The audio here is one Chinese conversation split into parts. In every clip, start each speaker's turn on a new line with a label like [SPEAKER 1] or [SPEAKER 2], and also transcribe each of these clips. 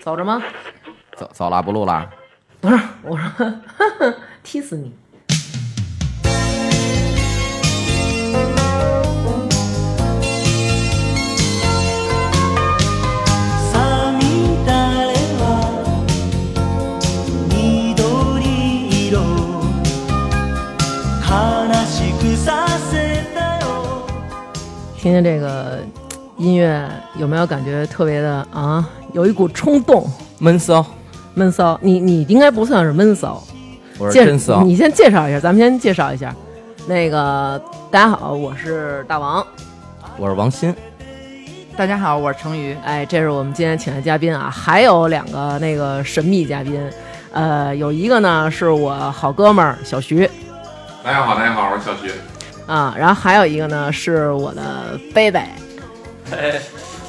[SPEAKER 1] 走着吗？
[SPEAKER 2] 走走了，不录了。
[SPEAKER 1] 不是，我说呵呵踢死你！
[SPEAKER 3] さみだれは緑色悲しくさせたよ
[SPEAKER 1] 听听这个音乐，有没有感觉特别的啊？有一股冲动，
[SPEAKER 2] 闷骚，
[SPEAKER 1] 闷骚。你你应该不算是闷骚，
[SPEAKER 2] 我是
[SPEAKER 1] 介
[SPEAKER 2] 真骚。
[SPEAKER 1] 你先介绍一下，咱们先介绍一下。那个大家好，我是大王。
[SPEAKER 2] 我是王鑫，
[SPEAKER 4] 大家好，我是成宇。
[SPEAKER 1] 哎，这是我们今天请的嘉宾啊，还有两个那个神秘嘉宾，呃，有一个呢是我好哥们儿小徐
[SPEAKER 5] 大家好，大家好，我是小徐。
[SPEAKER 1] 啊，然后还有一个呢是我的贝贝，
[SPEAKER 6] 哎，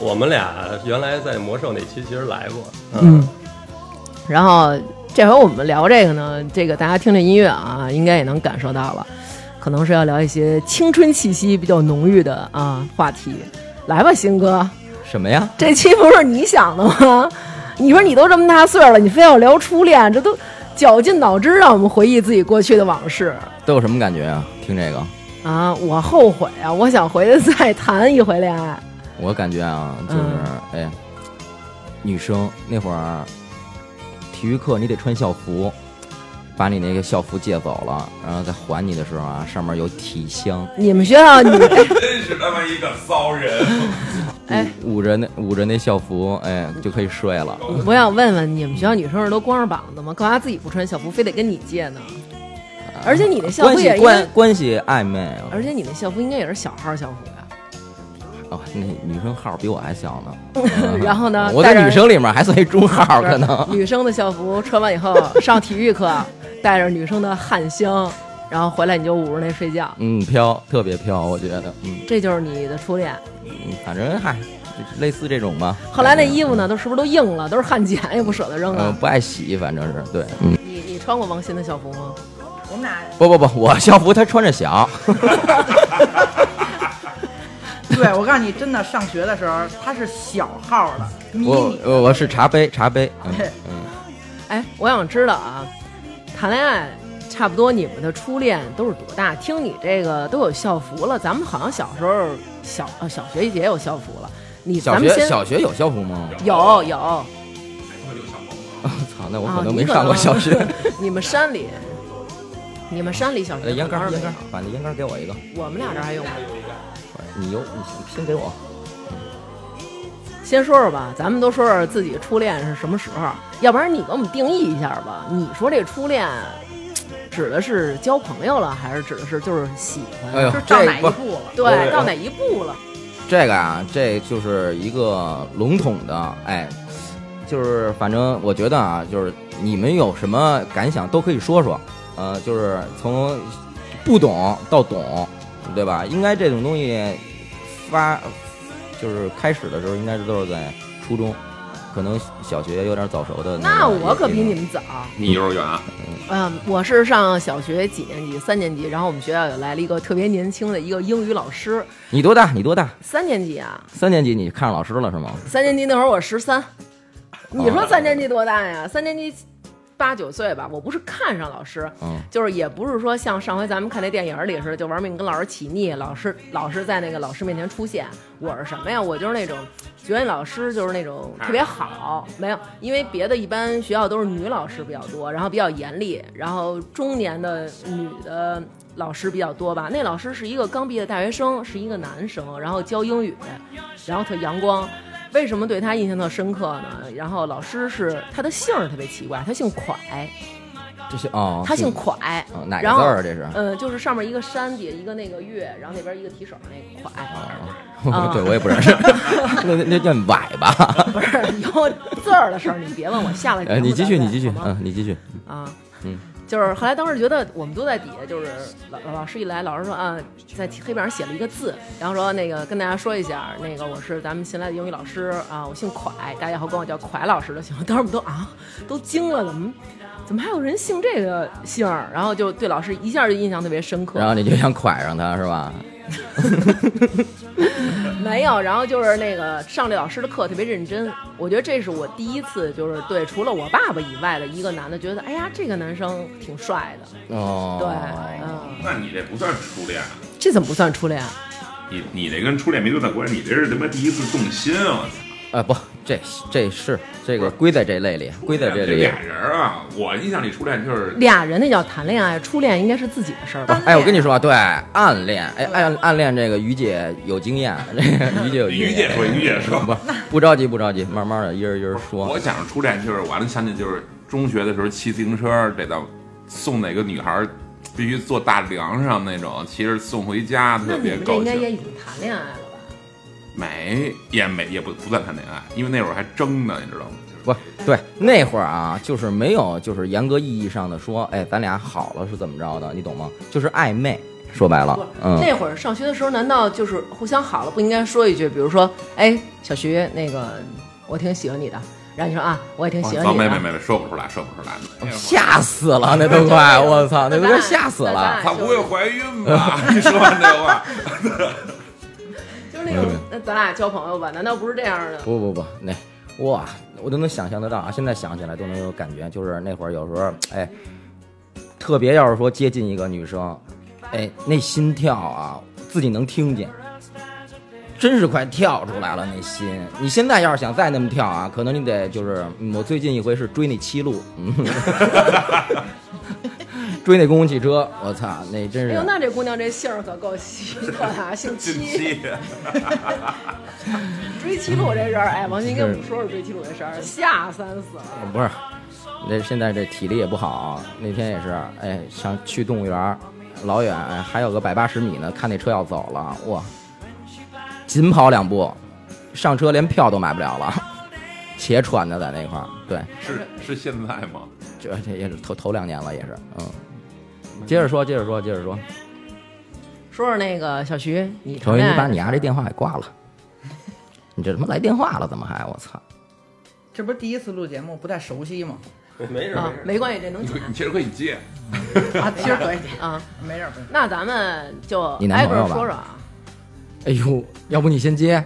[SPEAKER 6] 我们俩原来在魔兽那期其实来过，
[SPEAKER 1] 嗯，然后这回我们聊这个呢，这个大家听这音乐啊，应该也能感受到了，可能是要聊一些青春气息比较浓郁的啊话题。来吧，鑫哥，
[SPEAKER 2] 什么呀？
[SPEAKER 1] 这期不是你想的吗？你说你都这么大岁数了，你非要聊初恋，这都绞尽脑汁让我们回忆自己过去的往事
[SPEAKER 2] 都有什么感觉啊？听这个，
[SPEAKER 1] 啊！我后悔啊，我想回去再谈一回恋爱。
[SPEAKER 2] 我感觉啊，就是、
[SPEAKER 1] 嗯
[SPEAKER 2] 哎，女生那会儿体育课你得穿校服，把你那个校服借走了，然后再还你的时候啊，上面有体香，
[SPEAKER 1] 你们学校女
[SPEAKER 5] 真是他妈一个骚人！
[SPEAKER 1] 哎
[SPEAKER 2] 捂捂着那捂着那校服，哎，就可以睡了。
[SPEAKER 1] 我想问问，你们学校女生是都光着膀子吗？干嘛自己不穿校服，非得跟你借呢？而且你那校
[SPEAKER 2] 关
[SPEAKER 1] 服
[SPEAKER 2] 系
[SPEAKER 1] 也应该
[SPEAKER 2] 关，关系暧昧，啊
[SPEAKER 1] 而且你那校服应该也是小号校服呀。
[SPEAKER 2] 哦，那女生号比我还小 呢。嗯
[SPEAKER 1] 然后呢，
[SPEAKER 2] 啊我
[SPEAKER 1] 带
[SPEAKER 2] 在
[SPEAKER 1] 着
[SPEAKER 2] 女生里面还算一中号，可能。
[SPEAKER 1] 女生的校服穿完以 后上体育课，带着女生的汗香，然后回来你就捂着那睡觉，
[SPEAKER 2] 嗯，飘，特别飘，我觉得，嗯，
[SPEAKER 1] 这就是你的初恋。
[SPEAKER 2] 嗯反正嗨，类似这种吧。
[SPEAKER 1] 后来那衣服呢，都是不是都硬了，都是汗碱，也不舍得扔
[SPEAKER 2] 呃，
[SPEAKER 1] 啊。
[SPEAKER 2] 不爱洗，反正是对，嗯，
[SPEAKER 1] 你你穿过王鑫的校服吗？
[SPEAKER 4] 我们俩
[SPEAKER 2] 不不 不，我校服他穿着小，
[SPEAKER 4] 对我告诉你，真的上学的时候他是小号的迷
[SPEAKER 2] 我
[SPEAKER 4] 你，
[SPEAKER 2] 我我是茶杯茶杯，嗯
[SPEAKER 4] 对
[SPEAKER 2] 嗯，
[SPEAKER 1] 哎，我想知道啊，谈恋爱差不多你们的初恋都是多大？听你这个都有校服了，咱们好像小时候小呃小学也有校服了。你
[SPEAKER 2] 小
[SPEAKER 1] 咱们
[SPEAKER 2] 学
[SPEAKER 1] 先
[SPEAKER 2] 小学有校服吗？
[SPEAKER 1] 有有，
[SPEAKER 2] 我操，那我可
[SPEAKER 1] 啊
[SPEAKER 2] 能
[SPEAKER 1] 你
[SPEAKER 2] 没
[SPEAKER 1] 可
[SPEAKER 2] 上过
[SPEAKER 1] 能
[SPEAKER 2] 小学。
[SPEAKER 1] 你们山里，你们山里小
[SPEAKER 2] 呃，
[SPEAKER 1] 学
[SPEAKER 2] 烟
[SPEAKER 1] 可
[SPEAKER 2] 杆
[SPEAKER 1] 能
[SPEAKER 2] 儿
[SPEAKER 1] 是
[SPEAKER 2] 烟
[SPEAKER 1] 没有
[SPEAKER 2] 杆儿，把那烟杆儿给我一个，
[SPEAKER 1] 我们俩这儿还用吗？
[SPEAKER 2] 你有你先给我，
[SPEAKER 1] 先说说吧，咱们都说说自己初恋是什么时候，要不然你给我们定义一下吧。你说这初恋指的是交朋友了，还是指的是就是喜欢？
[SPEAKER 2] 哎呦
[SPEAKER 4] 就是到
[SPEAKER 2] 这
[SPEAKER 4] 哪一
[SPEAKER 2] 不
[SPEAKER 4] 步了？
[SPEAKER 1] 对，到哪一步了？
[SPEAKER 2] 这个啊，这就是一个笼统的，哎，就是反正我觉得啊，就是你们有什么感想都可以说说，呃，就是从不懂到懂，对吧？应该这种东西发就是开始的时候，应该都是在初中，可能小学有点早熟的个
[SPEAKER 1] 那我可比你
[SPEAKER 2] 也
[SPEAKER 1] 们早。
[SPEAKER 5] 你幼儿园啊？
[SPEAKER 1] 嗯，我是上小学几年级，三年级，然后我们学校有来了一个特别年轻的一个英语老师，
[SPEAKER 2] 你多大？你多大？
[SPEAKER 1] 三年级啊，
[SPEAKER 2] 三年级你看上老师了是吗？
[SPEAKER 1] 三年级那会儿我十三，你说
[SPEAKER 2] 哦
[SPEAKER 1] 三年级多大呀？三年级八九岁吧，我不是看上老师，
[SPEAKER 2] 嗯，
[SPEAKER 1] 就是也不是说像上回咱们看那电影里似的，就玩命跟老师起腻，老师老是在那个老师面前出现。我是什么呀？我就是那种觉得老师就是那种特别好，没有，因为别的一般学校都是女老师比较多，然后比较严厉，然后中年的女的老师比较多吧。那老师是一个刚毕业的大学生，是一个男生，然后教英语，然后特阳光。为什么对他印象特深刻呢？然后老师是他的姓儿特别奇怪，他姓蒯，
[SPEAKER 2] 这些哦，
[SPEAKER 1] 他姓
[SPEAKER 2] 是
[SPEAKER 1] 蒯，
[SPEAKER 2] 哦哪个
[SPEAKER 1] 然
[SPEAKER 2] 字
[SPEAKER 1] 后
[SPEAKER 2] 儿啊？这是？
[SPEAKER 1] 呃，就是上面一个山，底下一个那个月，然后那边一个提手那个蒯，
[SPEAKER 2] 哦
[SPEAKER 1] 啊
[SPEAKER 2] 对，我也不认识，那那那叫崴吧。
[SPEAKER 1] 不是有字儿的事儿，你别问我。下 来
[SPEAKER 2] 哎，你继续，你继续，
[SPEAKER 1] 啊
[SPEAKER 2] 嗯，你继续。
[SPEAKER 1] 啊，
[SPEAKER 2] 嗯，
[SPEAKER 1] 就是后来当时觉得我们都在底下，就是老老师一来，老师说啊，在黑板上写了一个字，然后说那个跟大家说一下，那个我是咱们新来的英语老师啊，我姓蒯，大家以后管我叫蒯老师就行。 当时我们都啊都惊了，怎么怎么还有人姓这个姓儿？然后就对老师一下就印象特别深刻。
[SPEAKER 2] 然后你就想蒯上他是吧？
[SPEAKER 1] 没有，然后就是那个上这老师的课特别认真，我觉得这是我第一次就是对除了我爸爸以外的一个男的，觉得哎呀这个男生挺帅的，
[SPEAKER 2] 哦，
[SPEAKER 1] 对，嗯，
[SPEAKER 5] 那你这不算初恋，
[SPEAKER 1] 这怎么不算初恋？啊
[SPEAKER 5] 你你这跟初恋没多大关系，你这是他妈第一次动心，啊我操！
[SPEAKER 2] 呃，不，这这是这个归在这类里，归在这里。
[SPEAKER 5] 俩人啊，我印象里初恋就是
[SPEAKER 1] 俩人那叫谈恋爱，初恋应该是自己的事儿吧？
[SPEAKER 2] 哎，我跟你说啊，对，暗恋，哎，暗暗恋这个于姐有经验，这个于姐有经验。
[SPEAKER 5] 于姐说于姐 说
[SPEAKER 2] 不不着急不着急，慢慢的一人一人说
[SPEAKER 5] 我。想着初恋就是我还能想起就是中学的时候骑自行车得到送哪个女孩儿，必须坐大梁上那种，骑着送回家，
[SPEAKER 1] 那
[SPEAKER 5] 特
[SPEAKER 1] 你
[SPEAKER 5] 别
[SPEAKER 1] 们这
[SPEAKER 5] 高
[SPEAKER 1] 应该也
[SPEAKER 5] 兴。
[SPEAKER 1] 已经谈恋爱了吧？
[SPEAKER 5] 没也没也不不算谈恋爱，因为那会儿还争呢，你知道吗？
[SPEAKER 2] 不对，那会儿啊，就是没有，就是严格意义上的说，哎，咱俩好了是怎么着的，你懂吗？就是暧昧，说白了，嗯，
[SPEAKER 1] 那会儿上学的时候，难道就是互相好了不应该说一句，比如说，哎，小徐，那个我挺喜欢你的，然后你说啊，我也挺喜欢
[SPEAKER 5] 哦
[SPEAKER 1] 你
[SPEAKER 5] 没
[SPEAKER 1] 的。
[SPEAKER 5] 没没没，说不出来，说不出来。
[SPEAKER 2] 嗯
[SPEAKER 5] 那会儿
[SPEAKER 2] 吓死了，那都快，我操，那都快
[SPEAKER 1] 咱
[SPEAKER 2] 吓死了
[SPEAKER 1] 咱。
[SPEAKER 5] 她不会怀孕 吧？你说完这话，
[SPEAKER 1] 就是那种，那咱俩交朋友吧？难道不是这样的？
[SPEAKER 2] 不不不，那哇，我都能想象得到啊！现在想起来都能有感觉，就是那会儿有时候，哎，特别要是说接近一个女生，
[SPEAKER 1] 嗯
[SPEAKER 2] 哎，那心跳啊，自己能听见，真是快跳出来了那心。你现在要是想再那么跳啊，可能你得就是，嗯我最近一回是追那七路， 嗯、追那公共汽车，我操，那真
[SPEAKER 1] 哎
[SPEAKER 2] 是。
[SPEAKER 1] 呦，那这姑娘这姓儿可够奇特的啊，姓
[SPEAKER 5] 近
[SPEAKER 1] 戚。
[SPEAKER 5] 期
[SPEAKER 1] 追七路这事儿，哎，王鑫跟我们说说追七路这事儿，吓三死了。
[SPEAKER 2] 啊不是，那现在这体力也不好，啊那天也是，哎，想去动物园儿，老远、哎还有个百八十米呢，看那车要走了，哇，紧跑两步，上车连票都买不了了， 且喘的在那块儿，对，
[SPEAKER 5] 是是现在吗？
[SPEAKER 2] 这这也是头头两年了，也是，嗯。接着说，接着说，接着说。
[SPEAKER 1] 说说那个小徐，你谈
[SPEAKER 2] 程云，
[SPEAKER 1] 恋
[SPEAKER 2] 你
[SPEAKER 1] 爱
[SPEAKER 2] 把你丫、这电话给挂了，你这他妈来电话了，怎么还？我操！
[SPEAKER 4] 这不是第一次录节目，不太熟悉吗？
[SPEAKER 6] 没事
[SPEAKER 1] 啊
[SPEAKER 6] 没事，，
[SPEAKER 1] 没关系，这能
[SPEAKER 5] 你
[SPEAKER 1] 讲
[SPEAKER 5] 可你其实可以接，
[SPEAKER 4] 啊，其实可以，
[SPEAKER 1] 啊。
[SPEAKER 4] 没事儿没事儿。
[SPEAKER 1] 那咱们就
[SPEAKER 2] 你男
[SPEAKER 1] 挨个
[SPEAKER 2] 朋友
[SPEAKER 1] 儿
[SPEAKER 2] 吧
[SPEAKER 1] 说说啊，
[SPEAKER 2] 哎呦，要不你先接？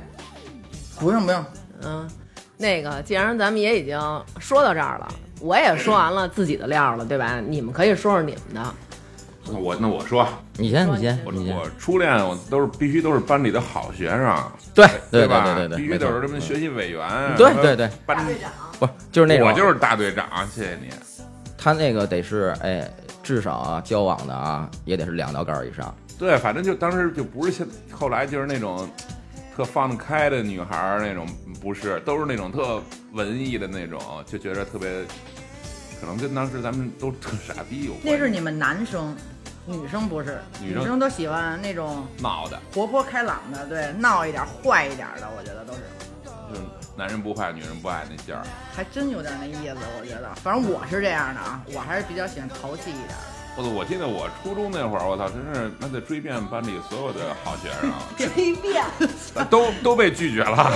[SPEAKER 4] 不用不用，
[SPEAKER 1] 嗯，那个既然咱们也已经说到这儿了，我也说完了自己的料了，对吧？你们可以说说你们的。
[SPEAKER 5] 那我那我说，啊
[SPEAKER 2] 你先，你先，
[SPEAKER 5] 我
[SPEAKER 2] 你先。
[SPEAKER 5] 我初恋我都是必须都是班里的好学生，
[SPEAKER 2] 对对
[SPEAKER 5] 吧？
[SPEAKER 2] 对对对，
[SPEAKER 5] 必须
[SPEAKER 2] 没
[SPEAKER 5] 得
[SPEAKER 2] 错
[SPEAKER 5] 是什么学习委员，
[SPEAKER 2] 对对对，
[SPEAKER 5] 班
[SPEAKER 2] 不是，就是那种，
[SPEAKER 5] 我就是大队长，谢谢你。
[SPEAKER 2] 他那个得是，哎，至少啊，交往的啊，也得是两道杠以上。
[SPEAKER 5] 对，反正就当时就不是现，后来就是那种特放得开的女孩儿那种，不是，都是那种特文艺的那种，就觉得特别，可能跟当时咱们都特傻逼有关。
[SPEAKER 4] 那是你们男生，女生不是，
[SPEAKER 5] 女
[SPEAKER 4] 女
[SPEAKER 5] 生
[SPEAKER 4] 都喜欢那种
[SPEAKER 5] 闹的，
[SPEAKER 4] 活泼开朗的，对，闹一点儿坏一点儿的，我觉得都是，
[SPEAKER 5] 就是男人不坏，女人不爱那劲儿。
[SPEAKER 4] 还真有点那意思，我觉得，反正我是这样的啊，我还是比较喜欢淘气一点儿的。
[SPEAKER 5] 我我记得我初中那会儿，我操，真是那得追遍班里所有的好学生，
[SPEAKER 1] 追遍，
[SPEAKER 5] 都都被拒绝了。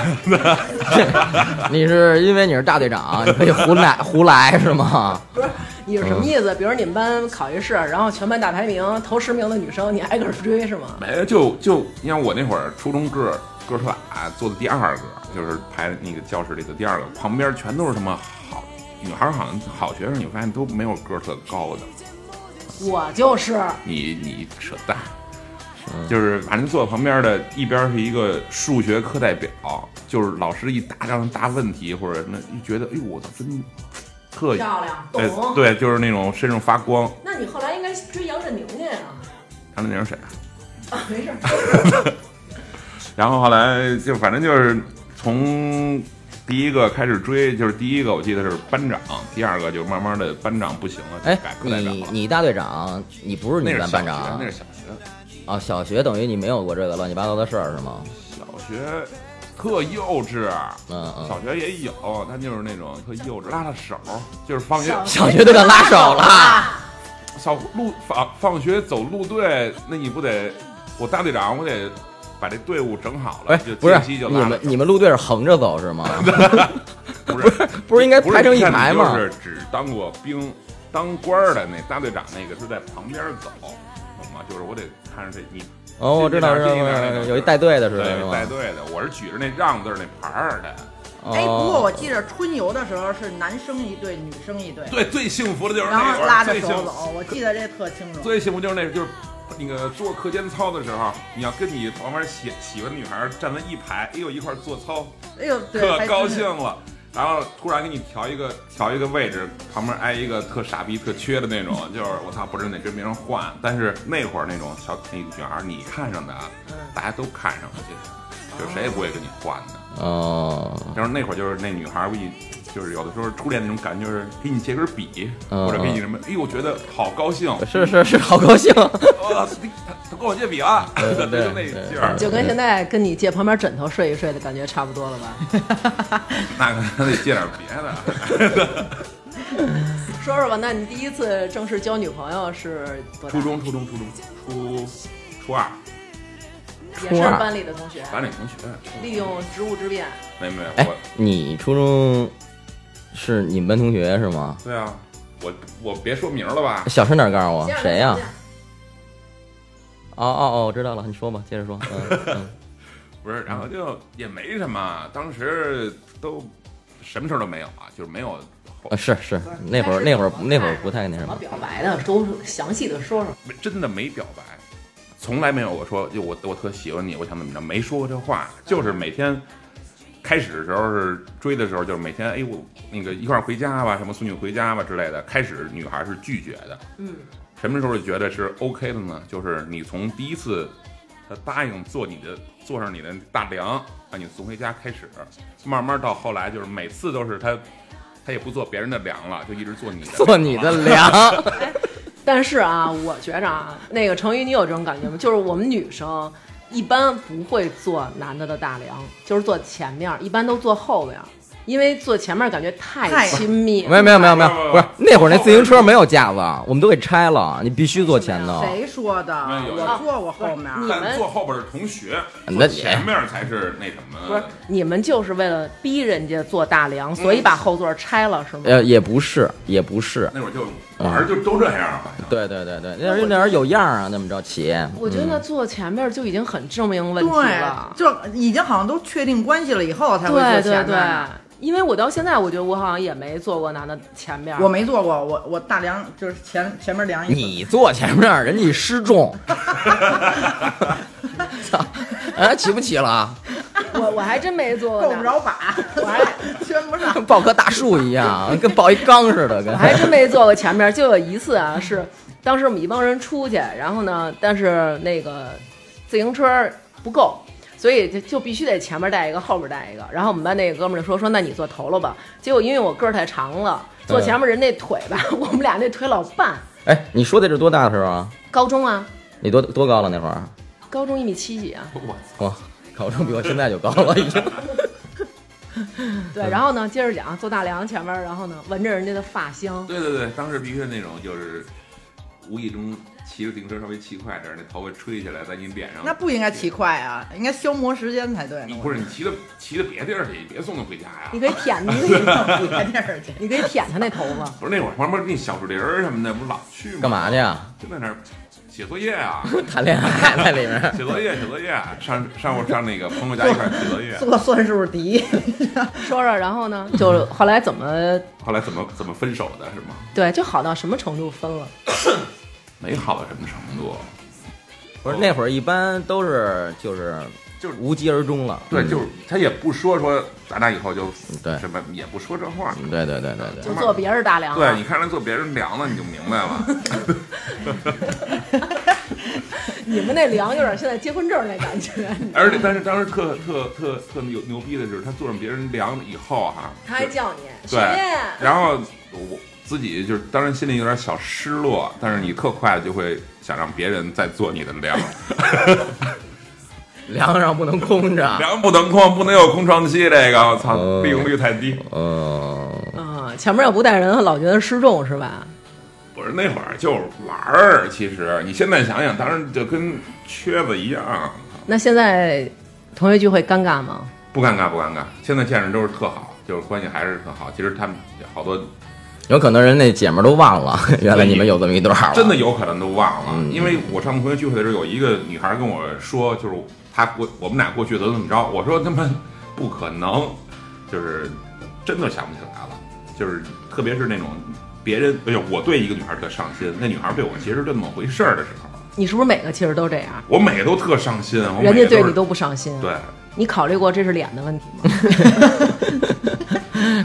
[SPEAKER 2] 你是因为你是大队长，你可以胡来 胡来是吗？
[SPEAKER 1] 不是你是什么
[SPEAKER 2] 嗯
[SPEAKER 1] 意思？比如你们班考一试，然后全班大排名，头十名的女生，你挨个儿追是吗？
[SPEAKER 5] 没，哎就就你像我那会儿初中个儿个儿特矮，坐啊的第二个，就是排那个教室里的第二个，旁边全都是他妈好女孩，好像好学生，你发现都没有个儿特高的。
[SPEAKER 1] 我就是，
[SPEAKER 5] 你你扯淡，就是反正坐旁边的，一边是一个数学课代表，就是老师一大让大问题或者那一觉得，哎呦我操，真特
[SPEAKER 1] 漂亮
[SPEAKER 5] 对哎
[SPEAKER 1] 懂
[SPEAKER 5] 对，就是那种身上发光。
[SPEAKER 1] 那你后来应该追杨振宁去呀、
[SPEAKER 5] 他那是谁啊？
[SPEAKER 1] 啊？没 事儿，
[SPEAKER 5] 然后后来就反正就是从第一个开始追，就是第一个我记得是班长，第二个就慢慢的班长不行了，就
[SPEAKER 2] 哎
[SPEAKER 5] 改，科代表
[SPEAKER 2] 你
[SPEAKER 5] 了。
[SPEAKER 2] 你大队长，你不是
[SPEAKER 5] 那
[SPEAKER 2] 你
[SPEAKER 5] 是
[SPEAKER 2] 们
[SPEAKER 5] 小
[SPEAKER 2] 班
[SPEAKER 5] 学，
[SPEAKER 2] 班长
[SPEAKER 5] 那是小学，
[SPEAKER 2] 啊？小学等于你没有过这个乱七八糟的事儿是吗？
[SPEAKER 5] 小学特幼稚。啊
[SPEAKER 2] 嗯嗯，
[SPEAKER 5] 小学也有，他就是那种特幼稚，拉拉手，就是放学
[SPEAKER 2] 小学都敢拉手 了，
[SPEAKER 5] 扫路放放学走路队，那你不得我大队长，我得把这队伍整好了，
[SPEAKER 2] 哎
[SPEAKER 5] 就，
[SPEAKER 2] 不是
[SPEAKER 5] 接机
[SPEAKER 2] 你
[SPEAKER 5] 就拉
[SPEAKER 2] 们
[SPEAKER 5] 了手，
[SPEAKER 2] 你们路队是横着走是 吗？
[SPEAKER 5] 不是
[SPEAKER 2] 不是应该排成一排吗
[SPEAKER 5] 不？是，只当过兵、当官儿的那大队长那个是在旁边走，懂吗？就是我得看着这你
[SPEAKER 2] 哦，我知道，
[SPEAKER 5] 这
[SPEAKER 2] 知
[SPEAKER 5] 哪儿
[SPEAKER 2] 道
[SPEAKER 5] 第一哪儿哪儿哪儿
[SPEAKER 2] 有一带队的似的，
[SPEAKER 5] 对
[SPEAKER 2] 是吗？
[SPEAKER 5] 带队的，我是举着那让字儿那牌儿的。
[SPEAKER 2] 哦
[SPEAKER 4] 哎，不过我记着春游的时候是男生一队，女生一队，
[SPEAKER 5] 对，最幸福的就是
[SPEAKER 4] 然
[SPEAKER 5] 那会
[SPEAKER 4] 后
[SPEAKER 5] 儿
[SPEAKER 4] 拉着
[SPEAKER 5] 最
[SPEAKER 4] 手
[SPEAKER 5] 幸
[SPEAKER 4] 走，我记得这特清楚。
[SPEAKER 5] 最幸福就是那，就是那个做课间操的时候，你要跟你旁边喜喜欢的女孩儿站在一排，哎呦一块儿做操，
[SPEAKER 4] 哎呦，对，
[SPEAKER 5] 特
[SPEAKER 4] 还
[SPEAKER 5] 高兴
[SPEAKER 4] 真是
[SPEAKER 5] 了。然后突然给你调一个调一个位置，旁边挨一个特傻逼、特缺的那 种，就是我操，不是得跟别人换。但是那会儿那种小那女孩儿，你看上的啊，
[SPEAKER 4] 嗯
[SPEAKER 5] 大家都看上了，
[SPEAKER 4] 哦
[SPEAKER 5] 其实就是谁也不会跟你换的。
[SPEAKER 2] 哦，
[SPEAKER 5] 然后那会儿就是那女孩儿为你，就是有的时候初恋那种感觉，就是给你借根笔，
[SPEAKER 2] 嗯
[SPEAKER 5] 或者给你什么，哎呦，我觉得好 高兴，
[SPEAKER 2] 是是是，好高兴。
[SPEAKER 5] 哇，他跟我借笔了，
[SPEAKER 2] 对
[SPEAKER 5] 就
[SPEAKER 2] 对嗯对
[SPEAKER 5] 那劲儿，
[SPEAKER 1] 就跟现在跟你借旁边枕头睡一睡的感觉差不多了吧？
[SPEAKER 5] 那可能得借点别的。
[SPEAKER 1] 说说吧，那你第一次正式交女朋友是多大
[SPEAKER 5] 初？中，初中，初中，初初二，
[SPEAKER 1] 也
[SPEAKER 2] 初
[SPEAKER 1] 是
[SPEAKER 2] 二
[SPEAKER 1] 班里的同学，
[SPEAKER 5] 班里同学，
[SPEAKER 1] 利用职务之便。
[SPEAKER 5] 没没
[SPEAKER 2] 哎
[SPEAKER 5] 我，，
[SPEAKER 2] 你初中是你们班同学是吗？
[SPEAKER 5] 对啊，我我别说名了吧，
[SPEAKER 2] 小声点告诉我
[SPEAKER 1] 这样
[SPEAKER 2] 啊谁呀、
[SPEAKER 1] 这样
[SPEAKER 2] 哦哦哦，我知道了，你说吧，接着说。嗯嗯，
[SPEAKER 5] 不是，然后就也没什么，当时都什么事儿都没有啊，就是没有后
[SPEAKER 2] 啊，，是是，那 会儿那会儿那会儿不太那什
[SPEAKER 1] 怎么
[SPEAKER 2] 么。
[SPEAKER 1] 表白的都详细的说说。
[SPEAKER 5] 没真的没表白，从来没有我说就我我特喜欢你，我想怎么着，没说过这话，就是每天。开始的时候是追的时候，就是每天哎我那个一块儿回家吧，什么送你回家吧之类的。开始女孩是拒绝的，
[SPEAKER 1] 嗯，
[SPEAKER 5] 什么时候觉得是 OK 的呢？就是你从第一次他答应做你的做上你的大梁，把你送回家开始，慢慢到后来就是每次都是他，他也不做别人的梁了，就一直做你的梁了
[SPEAKER 2] 做你的粮，
[SPEAKER 1] 但是啊，我觉着啊，那个成宇，你有这种感觉吗？就是我们女生一般不会做男的的大梁，就是坐前面，一般都坐后边，因为坐前面感觉太
[SPEAKER 4] 太
[SPEAKER 1] 亲密。
[SPEAKER 2] 没有没有没有没有
[SPEAKER 5] 不不，不
[SPEAKER 2] 不是那会儿那自行车没有架子，我们都给拆了，你必须坐前头。
[SPEAKER 4] 谁说的？
[SPEAKER 5] 没有
[SPEAKER 4] 我坐过后面。
[SPEAKER 1] 你
[SPEAKER 5] 但
[SPEAKER 1] 们
[SPEAKER 5] 坐后边的同学，
[SPEAKER 2] 啊那哎
[SPEAKER 5] 坐前面才是那什么。
[SPEAKER 1] 不是你们就是为了逼人家做大梁，所以把后座拆了是吗？
[SPEAKER 2] 呃，也不是，也不是，
[SPEAKER 5] 那会儿就
[SPEAKER 2] 啊
[SPEAKER 5] 玩儿就都这样， 好像。
[SPEAKER 2] 对对对对，那会儿那会儿有样儿啊，那么着骑。
[SPEAKER 1] 我觉
[SPEAKER 2] 嗯
[SPEAKER 1] 得坐前面就已经很证明问题了
[SPEAKER 4] 对，。就已经好像都确定关系了以后才会坐
[SPEAKER 1] 对对
[SPEAKER 4] 前面
[SPEAKER 1] 对
[SPEAKER 4] 儿。，
[SPEAKER 1] 因为我到现在我觉得我好像也没坐过男的前面。
[SPEAKER 4] 我没坐过，我我大梁就是前前面梁一
[SPEAKER 2] 你坐前面，人家失重， 操，哎，骑不起了，
[SPEAKER 1] 我我还真没坐过
[SPEAKER 4] 够
[SPEAKER 1] 男
[SPEAKER 4] 不
[SPEAKER 1] 的
[SPEAKER 4] 着把，我 还圈不上。
[SPEAKER 2] 抱棵大树一样，跟抱一缸似的，跟
[SPEAKER 1] 我还真没坐过前面，就有一次啊，是当时我们一帮人出去，然后呢，但是那个自行车不够，所以就就必须得前面带一个，后边带一个。然后我们班那个哥们儿就说说那你坐头了吧，结果因为我个儿太长了，坐前面人那腿吧， 我们俩那腿老绊。
[SPEAKER 2] 哎，你说的是多大的时候啊？
[SPEAKER 1] 高中啊，
[SPEAKER 2] 你多多高了那会儿？
[SPEAKER 1] 高中一米七几啊，
[SPEAKER 5] 我
[SPEAKER 2] 哇，考生比我现在就高了已经。
[SPEAKER 1] 对。然后呢，接着讲坐大梁前面，然后呢闻着人家的发香，
[SPEAKER 5] 对对对，当时必须是那种就是无意中骑着自行车稍微骑快点儿，那头发吹起来在你脸上。
[SPEAKER 4] 那不应该骑快啊，应该消磨时间才对呢。
[SPEAKER 5] 你不是你骑到骑到别地儿去，你别送他回家呀
[SPEAKER 1] 你。可以舔，你 可以
[SPEAKER 4] 我别地儿去。
[SPEAKER 1] 你可以舔他那头发。
[SPEAKER 5] 不是那会儿旁边那小树林儿什么的，不是老去吗？
[SPEAKER 2] 干嘛去？啊？
[SPEAKER 5] 就在那儿写作业啊，
[SPEAKER 2] 谈恋爱在里面。
[SPEAKER 5] 写作业，写作业，啊上上我上那个朋友家一块儿写作 业。
[SPEAKER 4] 做算术题，
[SPEAKER 1] 说说，然后呢，就是后来怎么
[SPEAKER 5] 后来怎么怎么分手的是吗？
[SPEAKER 1] 对，就好到什么程度分了？
[SPEAKER 5] 没好到什么程度，
[SPEAKER 2] 不是那会儿一般都是就是
[SPEAKER 5] 就是
[SPEAKER 2] 无疾而终了。
[SPEAKER 5] 对，
[SPEAKER 2] 嗯
[SPEAKER 5] 就是他也不说说咱俩以后就
[SPEAKER 2] 对嗯
[SPEAKER 5] 什么也不说这话。
[SPEAKER 2] 对对对对
[SPEAKER 1] 就
[SPEAKER 2] 对。
[SPEAKER 1] 做别人大梁啊
[SPEAKER 5] 对，
[SPEAKER 1] 了
[SPEAKER 5] 你。看人做别人凉了，你就明白
[SPEAKER 2] 嗯
[SPEAKER 5] 了。
[SPEAKER 1] 你们那梁有点现在结婚证那感觉。
[SPEAKER 5] 而且，但是当时特特特特牛牛逼的是，他做上别人凉了以后哈、
[SPEAKER 1] 他还
[SPEAKER 5] 就
[SPEAKER 1] 叫你雪
[SPEAKER 5] 对
[SPEAKER 1] 燕，
[SPEAKER 5] 然后我自己就是当然心里有点小失落，但是你特快就会想让别人再做你 的凉，
[SPEAKER 2] 梁上不能空着。
[SPEAKER 5] 凉不能空，不能有空窗期。这个我操，
[SPEAKER 2] 哦
[SPEAKER 5] 利用率太低。
[SPEAKER 2] 嗯，
[SPEAKER 1] 嗯，前面要不带人，老觉得失重是吧？
[SPEAKER 5] 不是那会儿就是玩儿，其实你现在想想，当然就跟缺子一样，
[SPEAKER 1] 那现在同学聚会尴尬吗？
[SPEAKER 2] 啊
[SPEAKER 5] 不尴尬不尴尬。现在见着都是特好，就是关系还是特好。其实他们好多
[SPEAKER 2] 有可能人那姐们儿都忘了，原来你们有这么一段儿了，
[SPEAKER 5] 真的有可能都忘了，
[SPEAKER 2] 嗯
[SPEAKER 5] 因为我上同学聚会的时候，有一个女孩跟我说，就是她过我们俩过去怎么怎么着，我说他妈不可能，就是真的想不起来了，就是特别是那种别人，哎呦，我对一个女孩特上心，那女孩对我其实就那么回事儿的时候，
[SPEAKER 1] 你是不是每个其实都这样？
[SPEAKER 5] 我每个都特上心，我每个
[SPEAKER 1] 人家对你
[SPEAKER 5] 都
[SPEAKER 1] 都不上心
[SPEAKER 5] 是。对，
[SPEAKER 1] 你考虑过这是脸的问题吗？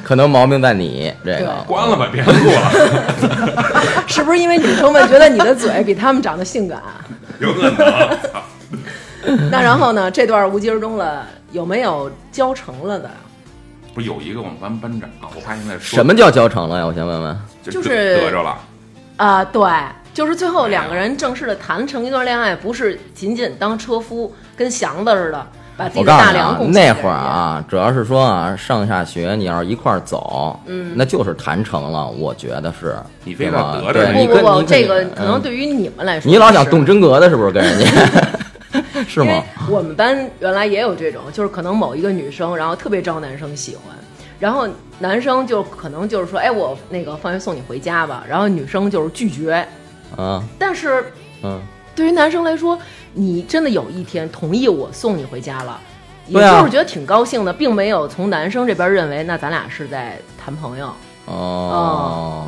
[SPEAKER 2] 可能毛病在你这个
[SPEAKER 1] 对。
[SPEAKER 5] 关了吧，别录了，
[SPEAKER 1] 是不是因为女生们觉得你的嘴比她们长得性感？啊
[SPEAKER 5] 有可能。 啊
[SPEAKER 1] 那然后呢？这段无疾而终了，有没有教成了的？
[SPEAKER 5] 不是有一个我们班班长，我怕现在说
[SPEAKER 2] 什么叫教成了呀？我先问问，
[SPEAKER 5] 就
[SPEAKER 1] 就是
[SPEAKER 5] 得得着了，
[SPEAKER 1] 啊、对，就是最后
[SPEAKER 2] 啊
[SPEAKER 1] 两个人正式的谈成一段恋爱，不是仅仅当车夫跟祥子似的，把自己
[SPEAKER 2] 我
[SPEAKER 1] 的
[SPEAKER 2] 告
[SPEAKER 1] 大
[SPEAKER 2] 诉你
[SPEAKER 1] 梁
[SPEAKER 2] 啊，
[SPEAKER 1] 拱起
[SPEAKER 2] 那
[SPEAKER 1] 来
[SPEAKER 2] 会儿，啊，主要是说啊，上下学你要是一块儿走，嗯，那就是谈成了，我觉得是。
[SPEAKER 5] 你非
[SPEAKER 2] 对吧
[SPEAKER 5] 得着
[SPEAKER 2] 对
[SPEAKER 5] 人
[SPEAKER 1] 不
[SPEAKER 2] 你
[SPEAKER 1] 不
[SPEAKER 2] 跟
[SPEAKER 1] 不，
[SPEAKER 2] 你
[SPEAKER 1] 这个可能
[SPEAKER 2] 嗯
[SPEAKER 1] 对于你们来说，
[SPEAKER 2] 你老想动。真格的，是不是跟人家？ 是
[SPEAKER 1] 因
[SPEAKER 2] 吗
[SPEAKER 1] 为？我们班原来也有这种，就是可能某一个女生，然后特别招男生喜欢，然后男生就可能就是说，哎，我那个放学送你回家吧，然后女生 就是拒绝，
[SPEAKER 2] 嗯
[SPEAKER 1] 但是
[SPEAKER 2] 嗯，
[SPEAKER 1] 对于男生来说，你真的有一天同意我送你回家了，也
[SPEAKER 2] 对啊
[SPEAKER 1] 就是觉得挺高兴的，并没有从男生这边认为那咱俩是在谈朋友。
[SPEAKER 2] 哦，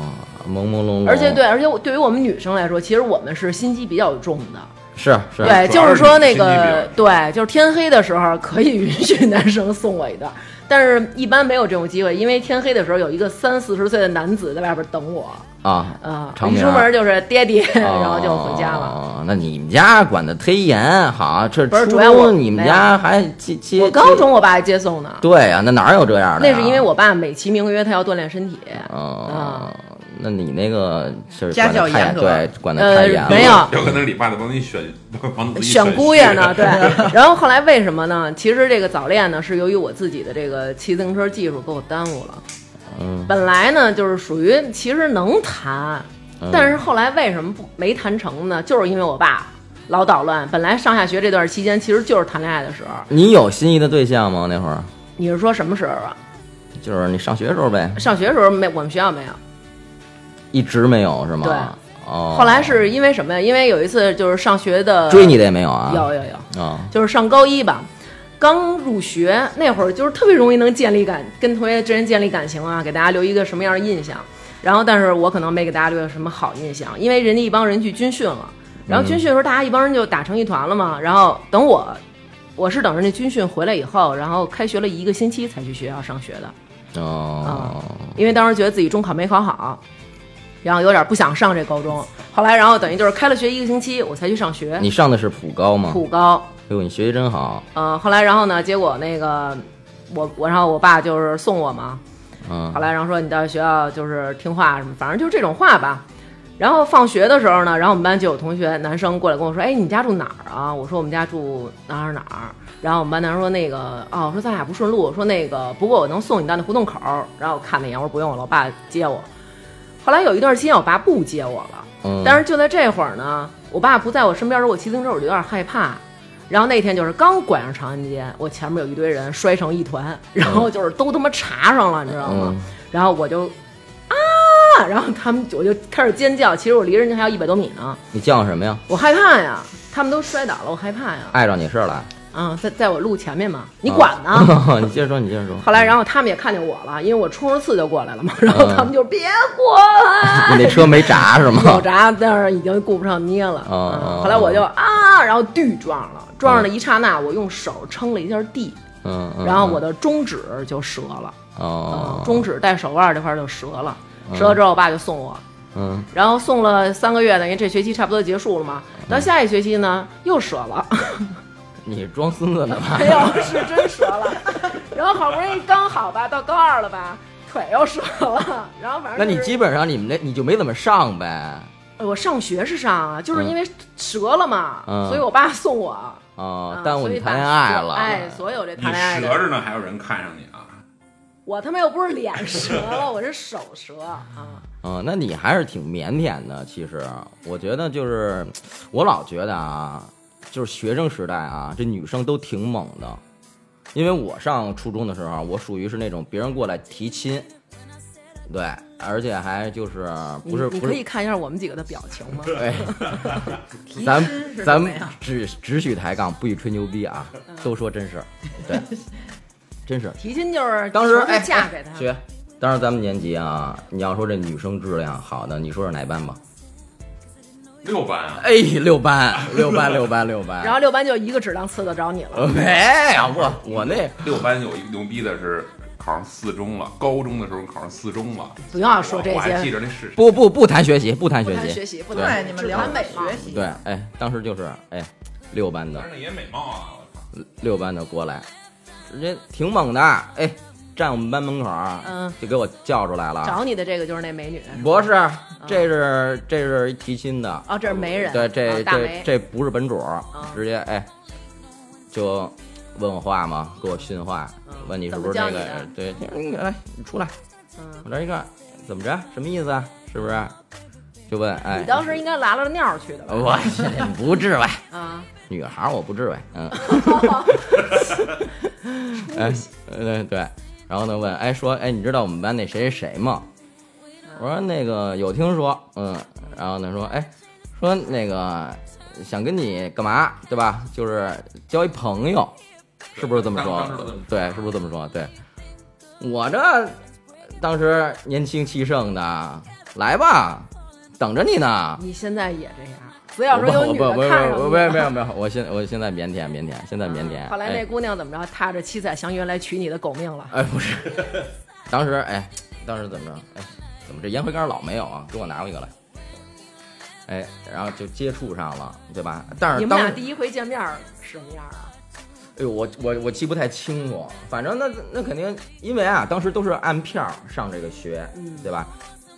[SPEAKER 2] 朦朦
[SPEAKER 5] 嗯
[SPEAKER 2] 胧胧，
[SPEAKER 1] 而且对，而且我对于我们女生来说，其实我们是心机比较重的。
[SPEAKER 2] 是是，
[SPEAKER 1] 对，
[SPEAKER 5] 啊主
[SPEAKER 1] 就
[SPEAKER 5] 要
[SPEAKER 1] 是
[SPEAKER 5] 是
[SPEAKER 1] 说
[SPEAKER 5] 你
[SPEAKER 1] 那
[SPEAKER 5] 心机比较
[SPEAKER 1] 个
[SPEAKER 5] 重
[SPEAKER 1] 对，就是天黑的时候可以 允许男生送我一段，但是一般没有这种机会，因为天黑的时候有一个三四十岁的男子在外边等我。
[SPEAKER 2] 啊
[SPEAKER 1] 啊、
[SPEAKER 2] 长
[SPEAKER 1] 一
[SPEAKER 2] 名
[SPEAKER 1] 出
[SPEAKER 2] 儿
[SPEAKER 1] 门就是爹
[SPEAKER 5] 哦
[SPEAKER 1] 爹，然后就回家了。
[SPEAKER 2] 哦，那你们家管的忒严，好，这
[SPEAKER 1] 不是
[SPEAKER 2] 初
[SPEAKER 1] 主要我
[SPEAKER 2] 中你们家还接接
[SPEAKER 1] 我高
[SPEAKER 2] 接
[SPEAKER 1] 中我爸还接送呢，
[SPEAKER 2] 对啊呀、那哪有这样的
[SPEAKER 1] 那
[SPEAKER 2] 呀？
[SPEAKER 1] 是因为我爸美其名曰他要锻炼身体。
[SPEAKER 2] 哦，
[SPEAKER 1] 啊
[SPEAKER 2] 那你那个就是
[SPEAKER 4] 家
[SPEAKER 2] 管得
[SPEAKER 4] 教
[SPEAKER 2] 太
[SPEAKER 4] 严格
[SPEAKER 2] 对，管的
[SPEAKER 1] 呃
[SPEAKER 2] 太严了，
[SPEAKER 1] 没有
[SPEAKER 5] 有可能李爸在帮你选， 帮自己
[SPEAKER 1] 呃选姑
[SPEAKER 5] 婿
[SPEAKER 1] 爷 呢，对。然后后来为什么呢？其实这个早恋呢，是由于我自己的这个骑自行车技术给我耽误了。
[SPEAKER 2] 嗯，
[SPEAKER 1] 本来呢就是属于其实能谈，
[SPEAKER 2] 嗯
[SPEAKER 1] 但是后来为什么不没谈成呢？就是因为我爸老捣乱。本来上下学这段期间，其实就是谈恋爱的时候。
[SPEAKER 2] 你有心仪的对象吗？那会儿
[SPEAKER 1] 你是说什么时候啊？
[SPEAKER 2] 就是你上学的时候呗，
[SPEAKER 1] 上学的时候没，我们学校没有。
[SPEAKER 2] 一直没有是吗？
[SPEAKER 1] 对，
[SPEAKER 2] 哦，
[SPEAKER 1] 后来是因为什么呀？因为有一次就是上学的
[SPEAKER 2] 追你的也没有啊？
[SPEAKER 1] 有有有，
[SPEAKER 2] 啊，
[SPEAKER 1] 就是上高一吧，刚入学那会儿，就是特别容易能建立感，跟同学之间建立感情啊，给大家留一个什么样的印象。然后，但是我可能没给大家留下什么好印象，因为人家一帮人去军训了，然后军训的时候大家一帮人就打成一团了嘛。然后等我，我是等着那军训回来以后，然后开学了一个星期才去学校上学的。
[SPEAKER 2] 哦，
[SPEAKER 1] 因为当时觉得自己中考没考好，然后有点不想上这高中。后来，然后等于就是开了学一个星期，我才去上学
[SPEAKER 2] 你上的是普高吗？
[SPEAKER 1] 普高。
[SPEAKER 2] 哎呦，你学习真好，
[SPEAKER 1] 呃，后来然后呢，结果那个我我然后我爸就是送我嘛，
[SPEAKER 2] 嗯
[SPEAKER 1] 后来然后说你到学校就是听话什么，反正就是这种话吧。然后放学的时候呢，然后我们班就有同学男生过来跟我说：“哎，你家住哪儿啊？”我说：“我们家住哪儿哪儿。”然后我们班男生说：“那个哦，我说咱俩不顺路，我说那个不过我能送你到那胡同口儿。”然后我看了一眼，我说：“不用了，我爸接我。”后来有一段时间，我爸不接我了。
[SPEAKER 2] 嗯，
[SPEAKER 1] 但是就在这会儿呢，我爸不在我身边的时候，我骑自行车我就有点害怕。然后那天就是刚拐上长安街，我前面有一堆人摔成一团，然后就是都他妈查上了，你知道吗？
[SPEAKER 2] 嗯
[SPEAKER 1] 然后我就啊，然后他们我就开始尖叫，其实我离人家还有一百多米呢，
[SPEAKER 2] 你叫什么呀？
[SPEAKER 1] 我害怕呀，他们都摔倒了，我害怕呀，
[SPEAKER 2] 碍着你事儿了？
[SPEAKER 1] 啊，在在我路前面嘛，你管呢？
[SPEAKER 2] 你接着说，你接着说。
[SPEAKER 1] 啊后来，然后他们也看见我了，因为我冲着刺就过来了嘛，然后他们就别过来，
[SPEAKER 2] 你那车没 闸是吗？
[SPEAKER 1] 有闸，但是已经顾不上捏了。
[SPEAKER 2] 哦
[SPEAKER 1] 嗯
[SPEAKER 2] 哦
[SPEAKER 1] 后来我就啊，然后地撞了，撞上的一刹那，我用手撑了一下地，
[SPEAKER 2] 嗯，嗯
[SPEAKER 1] 然后我的中指就折了，
[SPEAKER 2] 哦
[SPEAKER 1] 嗯，中指带手腕这块就折了。折了之后，我爸就送我，
[SPEAKER 2] 嗯，
[SPEAKER 1] 然后送了三个月，等于这学期差不多结束了嘛。到下一学期呢，又折了，
[SPEAKER 2] 你是装孙子呢吧？
[SPEAKER 1] 没有是真折了。 然后好不容易刚好吧，到高二了吧，腿又折了，然后反正
[SPEAKER 2] 那你
[SPEAKER 1] 就是哎
[SPEAKER 2] 基本上你们那你就没怎么上呗？
[SPEAKER 1] 我上学是上啊，就是
[SPEAKER 2] 嗯
[SPEAKER 1] 因为折了嘛，
[SPEAKER 2] 嗯
[SPEAKER 1] 所以我爸送我。
[SPEAKER 2] 哦
[SPEAKER 1] 啊，
[SPEAKER 2] 耽误
[SPEAKER 1] 所以
[SPEAKER 2] 你
[SPEAKER 1] 把
[SPEAKER 2] 谈恋爱
[SPEAKER 1] 所
[SPEAKER 2] 了。
[SPEAKER 1] 哎，所有这
[SPEAKER 5] 你
[SPEAKER 1] 谈恋爱
[SPEAKER 5] 折
[SPEAKER 1] 的，
[SPEAKER 5] 着呢， 还有人看上你啊？
[SPEAKER 1] 我他妈又不是脸折了，我是手折啊！
[SPEAKER 2] 嗯，那你还是挺腼腆的。其实我觉得就是，我老觉得啊，就是学生时代啊，这女生都挺猛的。啊因为我上初中的时候，我属于是那种别人过来提亲，对，而且还就是
[SPEAKER 1] 你
[SPEAKER 2] 不是
[SPEAKER 1] 你
[SPEAKER 2] 不
[SPEAKER 1] 可以
[SPEAKER 2] 是，
[SPEAKER 1] 看一下我们几个的表情吗？
[SPEAKER 2] 哎，
[SPEAKER 4] 题
[SPEAKER 2] 咱
[SPEAKER 4] 诗是
[SPEAKER 2] 咱们
[SPEAKER 4] 什么呀？
[SPEAKER 2] 只只许抬杠，不许吹牛逼啊，都说真事儿， 对，真事儿。
[SPEAKER 1] 提亲就是
[SPEAKER 2] 当时
[SPEAKER 1] 求她
[SPEAKER 2] 哎，
[SPEAKER 1] 嫁给他，
[SPEAKER 2] 学，当时咱们年级啊，你要说这女生质量好的，你说是哪班吧？
[SPEAKER 5] 六班啊，
[SPEAKER 2] 哎，六班，六班， 六班，六班。
[SPEAKER 1] 然后六班就一个质量刺得着你了。
[SPEAKER 2] 呃没有我我那
[SPEAKER 5] 六班有一个牛逼的是考上四中了，高中的时候考上四中了。
[SPEAKER 1] 不要说这
[SPEAKER 5] 我还记
[SPEAKER 1] 些，
[SPEAKER 5] 着那是
[SPEAKER 2] 不不不谈学习，不谈
[SPEAKER 1] 不
[SPEAKER 2] 学
[SPEAKER 1] 谈
[SPEAKER 2] 习，
[SPEAKER 1] 学习，不
[SPEAKER 2] 对
[SPEAKER 1] 谈
[SPEAKER 4] 对，你们聊美学习。
[SPEAKER 2] 对，哎，当时就是哎，六班的
[SPEAKER 5] 但是那也美貌啊，我操
[SPEAKER 2] 六班的过来，直接挺猛的，哎，站我们班门口儿，
[SPEAKER 1] 嗯
[SPEAKER 2] 就给我叫出来了。
[SPEAKER 1] 找你的这个就是那美女，
[SPEAKER 2] 不是，这是这是一提亲的，
[SPEAKER 1] 哦，这是媒人，啊
[SPEAKER 2] 对，这、
[SPEAKER 1] 哦大
[SPEAKER 2] 这
[SPEAKER 1] 媒，
[SPEAKER 2] 这不是本主儿，直接哎，就问我话嘛，给我训话，
[SPEAKER 1] 嗯
[SPEAKER 2] 问你是
[SPEAKER 1] 怎么
[SPEAKER 2] 不是
[SPEAKER 1] 叫
[SPEAKER 2] 那个
[SPEAKER 1] 你的
[SPEAKER 2] 对，你来你出来，
[SPEAKER 1] 嗯，
[SPEAKER 2] 往这儿一看，怎么着？什么意思啊？是不是？就问哎，
[SPEAKER 1] 你当时应该拉了尿去的吧？
[SPEAKER 2] 我 不至呗，
[SPEAKER 1] 啊，
[SPEAKER 2] 女孩儿我不至呗，嗯。哎，嗯对，然后呢问，哎说，哎你知道我们班那谁谁谁吗？我说那个有听说，嗯，然后呢说，哎，说那个想跟你干嘛，对吧？就是交一朋友，是不是这么说
[SPEAKER 5] 当时都这么说？
[SPEAKER 2] 对，是不是这么说？对，我这当时年轻气盛的，来吧，等着你呢。
[SPEAKER 1] 你现在也这样。不
[SPEAKER 2] 我
[SPEAKER 1] 要
[SPEAKER 2] 不
[SPEAKER 1] 说有女的
[SPEAKER 2] 不不
[SPEAKER 1] 看上
[SPEAKER 2] 不
[SPEAKER 1] 你
[SPEAKER 2] 不
[SPEAKER 1] 了，
[SPEAKER 2] 没有没有，我现我现在腼腆腼腆，现在腼腆。
[SPEAKER 1] 后来那
[SPEAKER 2] 哎
[SPEAKER 1] 姑娘怎么着，踏着七彩祥云来取你的狗命了？
[SPEAKER 2] 哎不是，当时哎当时怎么着哎怎么这烟灰缸老没有啊？给我拿过一个来。哎，然后就接触上了，对吧？但
[SPEAKER 1] 你
[SPEAKER 2] 是
[SPEAKER 1] 们
[SPEAKER 2] 当时
[SPEAKER 1] 俩第一回见面儿什么样啊？
[SPEAKER 2] 哎呦，我我我记不太清楚，反正那那肯定，因为啊，当时都是按票上这个学，
[SPEAKER 1] 嗯
[SPEAKER 2] 对吧？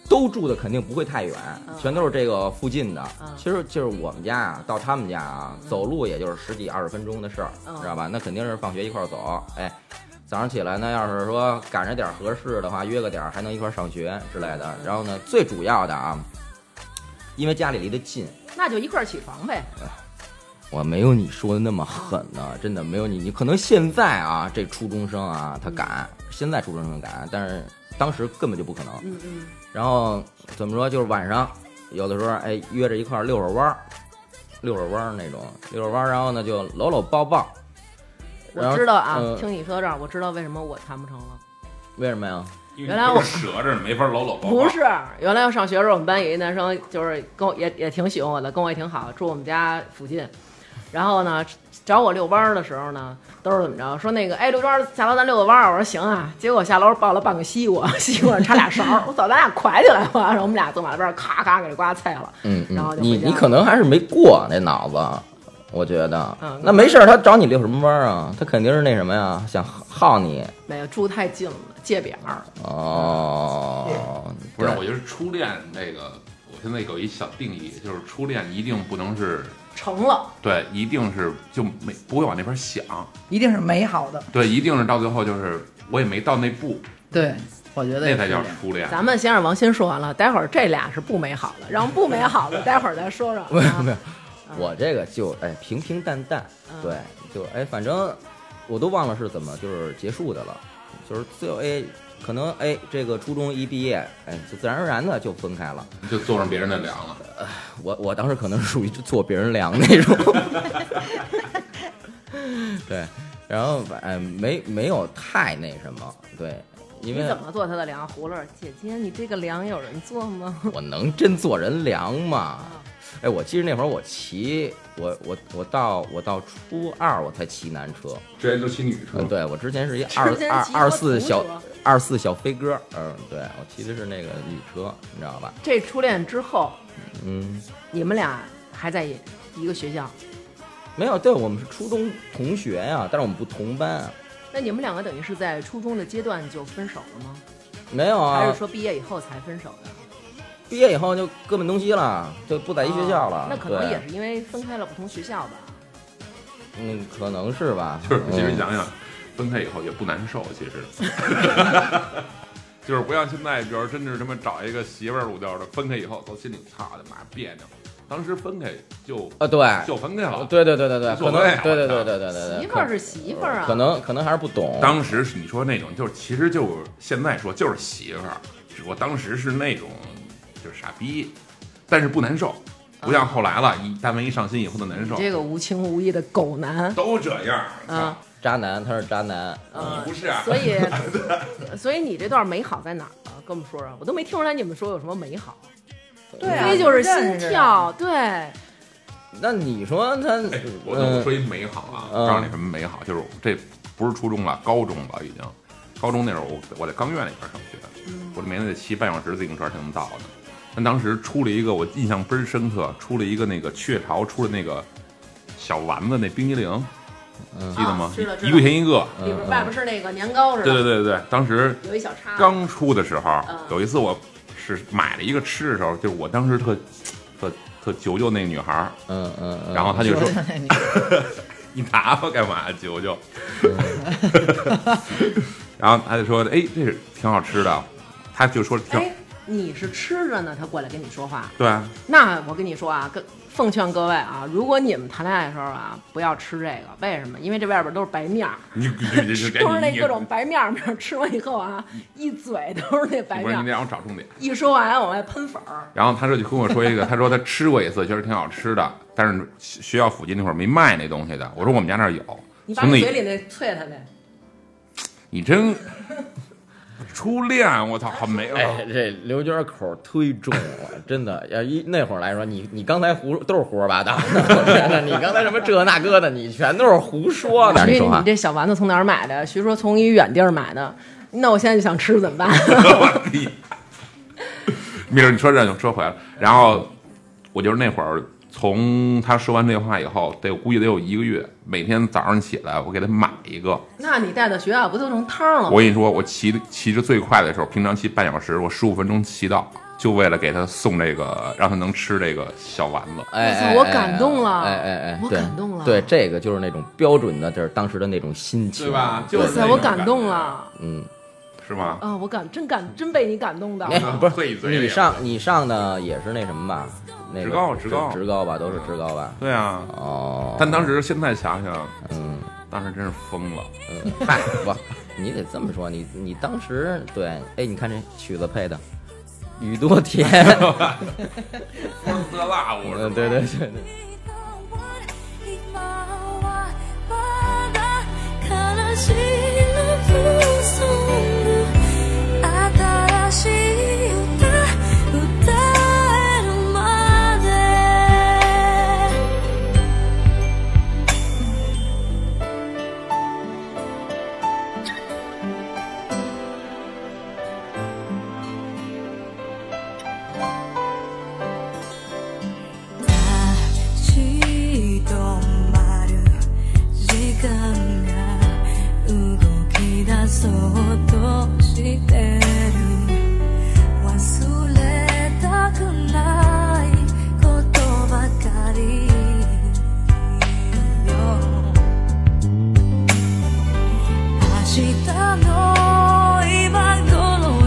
[SPEAKER 2] 都住的肯定不会太远，
[SPEAKER 1] 嗯
[SPEAKER 2] 全都是这个附近的。
[SPEAKER 1] 嗯
[SPEAKER 2] 其实就是我们家啊，到他们家啊，走路也就是十几二十分钟的事儿，
[SPEAKER 1] 嗯
[SPEAKER 2] 知道吧？那肯定是放学一块儿走。哎，早上起来呢，要是说赶着点儿合适的话，约个点儿还能一块儿上学之类的。
[SPEAKER 1] 嗯
[SPEAKER 2] 然后呢，最主要的啊，因为家里离得近，
[SPEAKER 1] 那就一块儿起床呗。
[SPEAKER 2] 我没有你说的那么狠呢、真的没有你。你可能现在啊，这初中生啊，他敢，现在初中生敢，但是当时根本就不可能。
[SPEAKER 1] 嗯嗯，
[SPEAKER 2] 然后怎么说，就是晚上有的时候，哎，约着一块儿遛会儿弯儿，遛会儿弯儿那种，遛会儿弯儿，然后呢就搂搂抱抱。然
[SPEAKER 1] 我
[SPEAKER 2] 后
[SPEAKER 1] 知道啊，
[SPEAKER 2] 呃
[SPEAKER 1] 听你说到这儿，我知道为什么我谈不成了。
[SPEAKER 2] 为什么呀？
[SPEAKER 5] 因为
[SPEAKER 1] 原来我
[SPEAKER 5] 你这折着，没法搂搂抱抱。
[SPEAKER 1] 不是，原来我上学的时候，我们班有一男生，就是跟我也也挺喜欢我的，跟我也挺好，住我们家附近。然后呢，找我遛弯儿的时候呢，都是怎么着？说那个，哎，刘庄，下楼咱遛个弯儿。我说行啊。结果下楼抱了半个西瓜， 西瓜上插俩勺儿。我操，咱俩快起来吧！然后我们俩坐马路边儿，咔咔给这瓜菜了。
[SPEAKER 2] 嗯，
[SPEAKER 1] 然后就回
[SPEAKER 2] 你
[SPEAKER 1] 家
[SPEAKER 2] 你可能还是没过那脑子，我觉得。
[SPEAKER 1] 嗯
[SPEAKER 2] 那没事儿，他找你遛什么弯儿啊？他肯定是那什么呀，想耗你
[SPEAKER 1] 没有住太近了，借点儿。
[SPEAKER 2] 哦。
[SPEAKER 5] 不是，
[SPEAKER 2] 对
[SPEAKER 5] 我觉得初恋那个，我现在有一小定义，就是初恋一定不能是，
[SPEAKER 1] 成了，
[SPEAKER 5] 对，一定是就没不会往那边想，
[SPEAKER 4] 一定是美好的。
[SPEAKER 5] 对，一定是到最后就是我也没到那步，
[SPEAKER 4] 对，我觉得
[SPEAKER 5] 那才叫
[SPEAKER 4] 是
[SPEAKER 5] 初恋。
[SPEAKER 1] 咱们先让王鑫说完了，待会儿这俩是不美好的，让不美好的待会儿再说说。 啊
[SPEAKER 2] 没有没
[SPEAKER 1] 有，
[SPEAKER 2] 有，我这个就哎平平淡淡，
[SPEAKER 1] 嗯
[SPEAKER 2] 对，就哎反正我都忘了是怎么就是结束的了，就是最后哎可能哎这个初中一毕业哎就自然而然的就分开了，
[SPEAKER 5] 就坐上别人的凉了，
[SPEAKER 2] 我我当时可能是属于做别人凉那种， 对，然后哎没没有太那什么，对，
[SPEAKER 1] 你
[SPEAKER 2] 因为
[SPEAKER 1] 怎么做他的凉？葫芦儿姐姐，你这个凉有人做吗？
[SPEAKER 2] 我能真做人凉吗？
[SPEAKER 1] 嗯
[SPEAKER 2] 哎，我记得那会儿我骑我我我到我到初二我才骑男车，
[SPEAKER 5] 之前都骑女车
[SPEAKER 2] 呃，，对我之前是一二
[SPEAKER 1] 嗯之前
[SPEAKER 2] 二
[SPEAKER 1] 骑过
[SPEAKER 2] 二四
[SPEAKER 1] 途
[SPEAKER 2] 小
[SPEAKER 1] 车
[SPEAKER 2] 二四小飞鸽，嗯，对我骑的是那个女车，你知道吧？
[SPEAKER 1] 这初恋之后，
[SPEAKER 2] 嗯，
[SPEAKER 1] 你们俩还在一个学校，
[SPEAKER 2] 没有，对我们是初中同学呀、但是我们不同班、啊，
[SPEAKER 1] 那你们两个等于是在初中的阶段就分手了吗？
[SPEAKER 2] 没有
[SPEAKER 1] 还
[SPEAKER 2] 啊
[SPEAKER 1] 是，说毕业以后才分手的？
[SPEAKER 2] 毕业以后就各奔东西了，就不在一学校了。
[SPEAKER 1] 哦那可能
[SPEAKER 2] 对
[SPEAKER 1] 也是因为分开了不同学校吧。
[SPEAKER 2] 嗯，可能是吧。
[SPEAKER 5] 就是其实
[SPEAKER 2] 嗯
[SPEAKER 5] 想想，分开以后也不难受，其实，就是不像现在，比如真是他妈找一个媳妇儿乳调的，分开以后都心里操他妈别扭，当时分开就
[SPEAKER 2] 啊，对，
[SPEAKER 5] 就分开了，
[SPEAKER 2] 对对对对对，
[SPEAKER 5] 无
[SPEAKER 2] 可
[SPEAKER 5] 所
[SPEAKER 2] 能
[SPEAKER 5] 谓啊
[SPEAKER 2] 对对
[SPEAKER 5] 我
[SPEAKER 2] 对
[SPEAKER 5] 操
[SPEAKER 2] 对对对对，
[SPEAKER 1] 媳妇儿
[SPEAKER 2] 可
[SPEAKER 1] 是媳妇儿啊，
[SPEAKER 2] 可能可能还是不懂。
[SPEAKER 5] 当时是你说那种，就是其实就是现在说就是媳妇儿，就是我当时是那种就是傻逼，但是不难受，不像后来了，一单位一上心以后的难受
[SPEAKER 1] 你，这个无情无义的狗男，
[SPEAKER 5] 都这样。
[SPEAKER 1] 嗯
[SPEAKER 2] 渣男，他是渣男，
[SPEAKER 1] 嗯，
[SPEAKER 5] 不是啊
[SPEAKER 1] 所以 所以你这段美好在哪儿啊？跟我们说说，我都没听出来你们说有什么美好，
[SPEAKER 4] 对
[SPEAKER 1] 无
[SPEAKER 4] 啊，
[SPEAKER 1] 非就是心
[SPEAKER 4] 认识
[SPEAKER 1] 跳， 对，
[SPEAKER 2] 那你说他，
[SPEAKER 5] 哎，我
[SPEAKER 2] 嗯
[SPEAKER 5] 我说一美好啊，
[SPEAKER 2] 嗯
[SPEAKER 5] 告诉你什么美好，就是这不是初中了，高中了已经。高中那会儿我我在钢院那边上学，我这每天得骑半小时自行车才能到的。但当时出了一个我印象倍儿深刻，出了一个那个雀巢出了那个小丸子那冰激凌，记得
[SPEAKER 1] 啊？
[SPEAKER 5] 吗
[SPEAKER 1] 知道知道
[SPEAKER 5] 一块钱一个。
[SPEAKER 1] 里边外边是那个年糕似
[SPEAKER 5] 对
[SPEAKER 1] 的，
[SPEAKER 5] 对对对，当时
[SPEAKER 1] 有一小叉，
[SPEAKER 5] 刚出的时候
[SPEAKER 1] 嗯，
[SPEAKER 5] 有一次我是买了一个吃的时候，就是我当时特特特求求那个女孩儿，
[SPEAKER 2] 嗯嗯嗯，
[SPEAKER 5] 然后她就说：“
[SPEAKER 4] 你
[SPEAKER 5] 你拿我干嘛？啊九九。然后他就说：“哎，这是挺好吃的。”啊他就说：“挺好
[SPEAKER 1] 哎，你是吃着呢，他过来跟你说话，
[SPEAKER 5] 对啊，
[SPEAKER 1] 那我跟你说啊，跟奉劝各位啊，如果你们谈恋爱的时候啊，不要吃这个，为什么？因为这外边都是白面儿，
[SPEAKER 5] 你你你你
[SPEAKER 1] 都是那各种白面儿面儿，吃完以后啊，一嘴都是那白
[SPEAKER 5] 不是
[SPEAKER 1] 面
[SPEAKER 5] 你得
[SPEAKER 1] 儿，
[SPEAKER 5] 让我找重点。
[SPEAKER 1] 一说完往外喷粉儿。
[SPEAKER 5] 然后他说就跟我说一个，他说他吃过一次，确实挺好吃的，但是学学校附近那会儿没卖那东西的。我说我们家那儿有，
[SPEAKER 1] 你把
[SPEAKER 5] 兄
[SPEAKER 1] 你嘴
[SPEAKER 5] 弟，
[SPEAKER 1] 里那啐它呗，
[SPEAKER 5] 你真 初恋，我操，好没有。
[SPEAKER 2] 哎，这刘娟口儿忒重了，真的。要一那会儿来说，你你刚才胡都是胡说八道，我觉得你刚才什么这那个的，你全都是胡说的。
[SPEAKER 1] 所
[SPEAKER 2] 你
[SPEAKER 1] 以
[SPEAKER 2] 说
[SPEAKER 1] 你
[SPEAKER 2] 话，
[SPEAKER 1] 这小丸子从哪儿买的？徐说从一远地儿买的，那我现在就想吃怎么办？
[SPEAKER 5] 我的 米儿，你说这就说回来了。然后我就是那会儿，从他说完这话以后，得我估计得有一个月，每天早上起来，我给他买一个。
[SPEAKER 1] 那你带到学校不就成汤了吗
[SPEAKER 5] 我？跟你说，我骑骑着最快的时候，平常骑半小时，我十五分钟骑到，就为了给他送这个，让他能吃这个小丸子。
[SPEAKER 2] 哎
[SPEAKER 1] 我操
[SPEAKER 2] 哎，哎
[SPEAKER 1] 我感动了
[SPEAKER 2] 哎哎哎，
[SPEAKER 1] 我
[SPEAKER 2] 对
[SPEAKER 1] 感动了
[SPEAKER 2] 对，这个就是那种标准的，就是当时的那种心情，
[SPEAKER 5] 对吧就
[SPEAKER 1] 哇
[SPEAKER 5] 是
[SPEAKER 1] 塞，
[SPEAKER 5] 那
[SPEAKER 1] 我
[SPEAKER 5] 种感
[SPEAKER 1] 感动
[SPEAKER 5] 觉啊
[SPEAKER 1] 了
[SPEAKER 5] 是 吗？
[SPEAKER 1] 啊！我感真感真被你感动到。
[SPEAKER 2] 哎，不
[SPEAKER 5] 啐啊一
[SPEAKER 2] 是
[SPEAKER 5] 嘴里
[SPEAKER 2] 你上你上的也是那什么吧？那个
[SPEAKER 5] 职高职高
[SPEAKER 2] 职高吧，都是职高吧？
[SPEAKER 5] 对啊，
[SPEAKER 2] 哦，
[SPEAKER 5] 但当时现在想想，
[SPEAKER 2] 嗯，
[SPEAKER 5] 当时真是疯了。
[SPEAKER 2] 嗯嗨，不，你得这么说，你你当时对，哎，你看这曲子配的，雨多 甜，
[SPEAKER 5] 疯子辣，我
[SPEAKER 2] 嗯，对对对对。
[SPEAKER 7] 悲しいラブソング新しい歌歌えるまで立ち止まる時間が動き出そうとしてる忘れたくないことばかりよ明日の今頃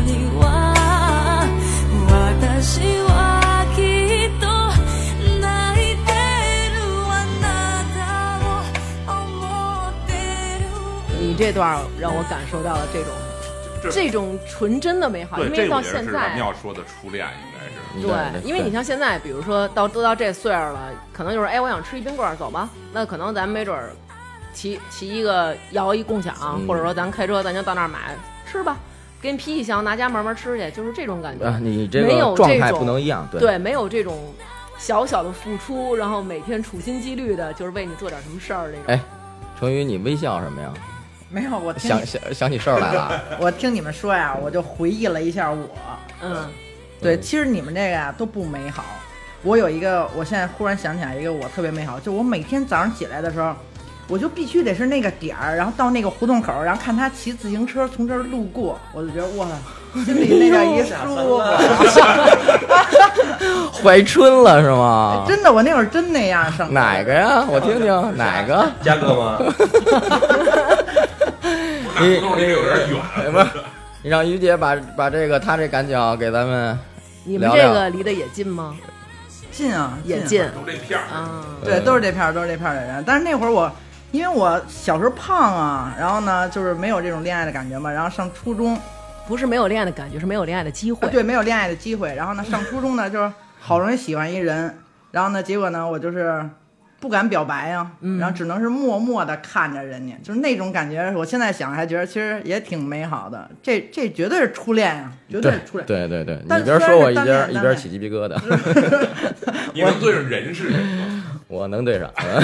[SPEAKER 7] には私はきっと泣いてるあなたを思ってる
[SPEAKER 1] 你这段儿让我感受到了这种
[SPEAKER 5] 这
[SPEAKER 1] 这种纯真的美好，
[SPEAKER 5] 对，
[SPEAKER 1] 因为
[SPEAKER 5] 这
[SPEAKER 1] 到
[SPEAKER 5] 我觉得
[SPEAKER 1] 现
[SPEAKER 5] 是咱们
[SPEAKER 1] 在，
[SPEAKER 5] 要说的初恋，应该是。
[SPEAKER 1] 对，因为你像现在，比如说到都到这岁数了，可能就是哎，我想吃一冰棍儿，走吧。那可能咱们没准儿骑骑一个摇一共享，
[SPEAKER 2] 嗯
[SPEAKER 1] 或者说咱开车，咱就到那儿买吃吧，给你批一箱，拿家慢慢吃去，就是这种感觉。
[SPEAKER 2] 啊，你这
[SPEAKER 1] 没有
[SPEAKER 2] 个状
[SPEAKER 1] 这
[SPEAKER 2] 态
[SPEAKER 1] 种
[SPEAKER 2] 不能一样，对
[SPEAKER 1] 对，没有这种小小的付出，然后每天处心积虑的，就是为你做点什么事儿那种。
[SPEAKER 2] 哎，成宇，你微笑什么呀？
[SPEAKER 4] 没有，我听
[SPEAKER 2] 想想想起事儿来了 啊，
[SPEAKER 4] 我听你们说呀，我就回忆了一下我。
[SPEAKER 1] 嗯，
[SPEAKER 4] 对，其实你们这个呀都不美好。我有一个，我现在忽然想起来一个我特别美好，就我每天早上起来的时候，我就必须得是那个点儿，然后到那个胡同口，然后看他骑自行车从这儿路过，我就觉得 哇，心里那叫 一舒服。
[SPEAKER 2] 怀春了是吗？
[SPEAKER 4] 哎真的，我那会儿真那样上课
[SPEAKER 2] 哪个呀？我听听哪个？
[SPEAKER 6] 嘉哥 吗？
[SPEAKER 2] 你
[SPEAKER 5] 那胡同离有点远
[SPEAKER 2] 哎不是，你让于姐把把这个她这感脚给咱们
[SPEAKER 1] 你们
[SPEAKER 2] 聊
[SPEAKER 1] 这
[SPEAKER 2] 聊
[SPEAKER 1] 个离得也近吗？
[SPEAKER 4] 近啊，
[SPEAKER 1] 也
[SPEAKER 4] 近
[SPEAKER 1] 近
[SPEAKER 5] 都这片儿，
[SPEAKER 1] 啊。
[SPEAKER 4] 对，
[SPEAKER 2] 呃
[SPEAKER 4] 都是这片儿，都是这片儿的人。但是那会儿我，因为我小时候胖啊，然后呢，就是没有这种恋爱的感觉嘛。然后上初中，
[SPEAKER 1] 不是没有恋爱的感觉，是没有恋爱的机会。
[SPEAKER 4] 啊对，没有恋爱的机会。然后呢，上初中呢，就是好容易喜欢一人，然后呢，结果呢，我就是不敢表白啊，然后只能是默默的看着人家，就是那种感觉。我现在想还觉得其实也挺美好的，这这绝对是初恋呀、绝对
[SPEAKER 2] 对
[SPEAKER 4] 是初恋。
[SPEAKER 2] 对对对，你
[SPEAKER 4] 但
[SPEAKER 2] 一边
[SPEAKER 4] 虽
[SPEAKER 2] 说
[SPEAKER 4] 然
[SPEAKER 2] 我
[SPEAKER 4] 是
[SPEAKER 2] 一
[SPEAKER 4] 单恋
[SPEAKER 2] 边一
[SPEAKER 4] 单
[SPEAKER 2] 边
[SPEAKER 4] 恋
[SPEAKER 2] 起鸡皮疙瘩，
[SPEAKER 5] 你能对上人是 人吗？
[SPEAKER 2] 我能对上，呃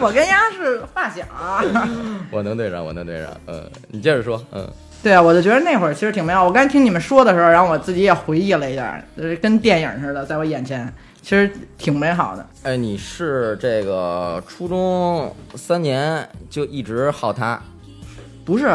[SPEAKER 4] 我跟丫是发小啊。
[SPEAKER 2] 我能对上，我能对上，嗯，你接着说，嗯，
[SPEAKER 4] 对啊，我就觉得那会儿其实挺美好。我刚才听你们说的时候，然后我自己也回忆了一下，就是跟电影似的，在我眼前，其实挺美好的。
[SPEAKER 2] 哎，你是这个初中三年就一直好他，
[SPEAKER 4] 不是，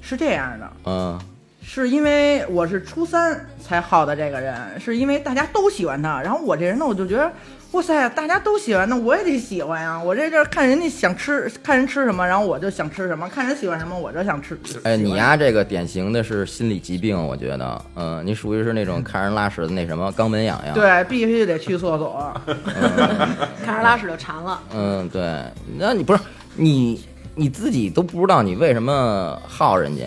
[SPEAKER 4] 是这样的，
[SPEAKER 2] 嗯，
[SPEAKER 4] 是因为我是初三才好的这个人，是因为大家都喜欢他，然后我这人呢，我就觉得，哇塞，大家都喜欢，那我也得喜欢呀、我这就是看人家想吃， 看人吃什么，然后我就想吃什么，看人喜欢什么，我就想吃。
[SPEAKER 2] 哎，
[SPEAKER 4] 喜欢
[SPEAKER 2] 你呀、这个典型的是心理疾病，我觉得，嗯，你属于是那种看人拉屎的那什么肛门痒痒，，
[SPEAKER 4] 对，必须得去厕所。
[SPEAKER 1] 看着拉屎就馋了，
[SPEAKER 2] 嗯，对，那你不是你你自己都不知道你为什么好人家，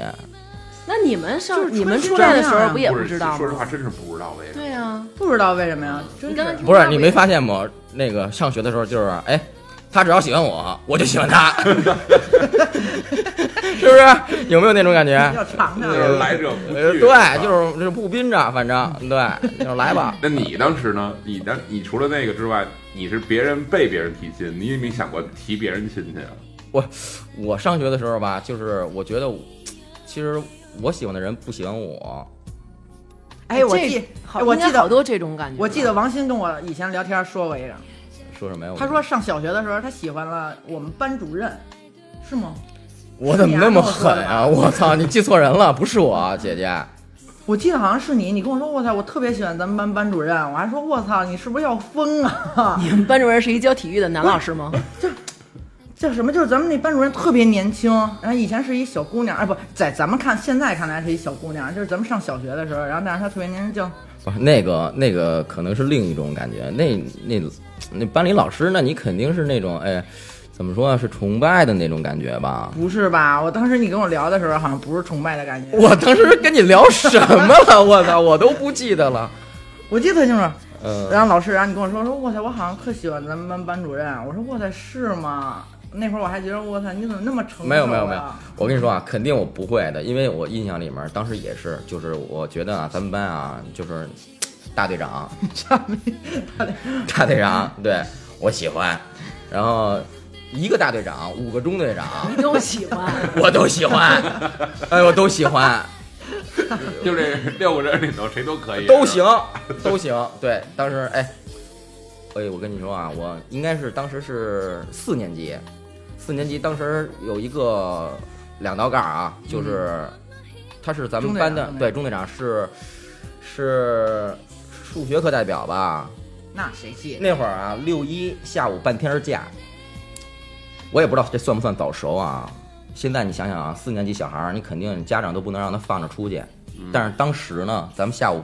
[SPEAKER 1] 那你们
[SPEAKER 4] 就
[SPEAKER 1] 上
[SPEAKER 4] 是
[SPEAKER 1] 你们初
[SPEAKER 4] 初
[SPEAKER 1] 恋
[SPEAKER 4] 恋
[SPEAKER 1] 的时
[SPEAKER 4] 这样
[SPEAKER 1] 候
[SPEAKER 4] 啊
[SPEAKER 1] 不也
[SPEAKER 5] 不是
[SPEAKER 1] 知道
[SPEAKER 5] 说实话，
[SPEAKER 1] 吗？
[SPEAKER 5] 真是不知道为什么。
[SPEAKER 1] 对啊，
[SPEAKER 4] 不知道为什么呀？真
[SPEAKER 1] 你刚才
[SPEAKER 4] 是
[SPEAKER 1] 听
[SPEAKER 2] 不是
[SPEAKER 1] 到
[SPEAKER 2] 你没发现吗？那个上学的时候就是，哎，他只要喜欢我，我就喜欢他，是不是？有没有那种感觉？
[SPEAKER 4] 要尝 尝。
[SPEAKER 5] 就是来者不
[SPEAKER 2] 呃，
[SPEAKER 5] 拒。
[SPEAKER 2] 对，就是就是不宾着，反正对，就是来吧。
[SPEAKER 5] 那你当时呢？你当你除了那个之外，你是别人被别人提亲，你有没有想过提别人亲戚啊？
[SPEAKER 2] 我我上学的时候吧，就是我觉得我，其实我喜欢的人不喜欢我，
[SPEAKER 4] 哎，我
[SPEAKER 1] 这
[SPEAKER 4] 记，
[SPEAKER 1] 好，
[SPEAKER 4] 哎我
[SPEAKER 1] 应该
[SPEAKER 4] 记
[SPEAKER 1] 好
[SPEAKER 4] 得，
[SPEAKER 1] 多这种感觉。
[SPEAKER 4] 我记得王鑫跟我以前聊天说过一个，
[SPEAKER 2] 说什么呀？
[SPEAKER 4] 他说上小学的时候他喜欢了我们班主任，是吗？
[SPEAKER 2] 我怎么那么狠啊！ 我操，你记错人了，不是我啊姐姐。
[SPEAKER 4] 我记得好像是你，你跟我说，我操，我特别喜欢咱们班班主任，我还说，我操，你是不是要疯啊？
[SPEAKER 1] 你们班主任是一教体育的男老师吗？
[SPEAKER 4] 叫什么？就是咱们那班主任特别年轻，然后以前是一小姑娘，哎，不在咱们看现在看来是一小姑娘，就是咱们上小学的时候，然后但是她特别年轻，叫
[SPEAKER 2] 不是那个那个可能是另一种感觉，那那那班里老师，那你肯定是那种哎，怎么说啊，是崇拜的那种感觉吧？
[SPEAKER 4] 不是吧？我当时你跟我聊的时候，好像不是崇拜的感觉，
[SPEAKER 2] 我当时跟你聊什么了？我操，我都不记得了。
[SPEAKER 4] 我记得特清楚。
[SPEAKER 2] 嗯、
[SPEAKER 4] 然后老师，然后你跟我说说，哇塞，我好像特喜欢咱们班班主任。我说哇塞，是吗？那会儿我还觉得哇塞，你怎么那么成熟、啊？
[SPEAKER 2] 没有没有没有，我跟你说啊，肯定我不会的，因为我印象里面当时也是，就是我觉得啊，咱们班啊，就是大队 长，大队长，对我喜欢，然后一个大队长，五个中队长，
[SPEAKER 1] 你都喜欢，
[SPEAKER 2] 我都喜欢，哎，我都喜欢，
[SPEAKER 5] 就这六个人里头，谁都可以，
[SPEAKER 2] 都行，都行，对，当时哎，哎，我跟你说啊，我应该是当时是四年级，四年级当时有一个两道杠啊，就是、他是咱们班的
[SPEAKER 4] 嗯中队长
[SPEAKER 2] 对中队长是是数学课代表吧？
[SPEAKER 4] 那谁记？
[SPEAKER 2] 那会儿啊，六一下午半天儿假，我也不知道这算不算早熟啊。现在你想想啊，四年级小孩儿，你肯定家长都不能让他放着出去。但是当时呢，咱们下午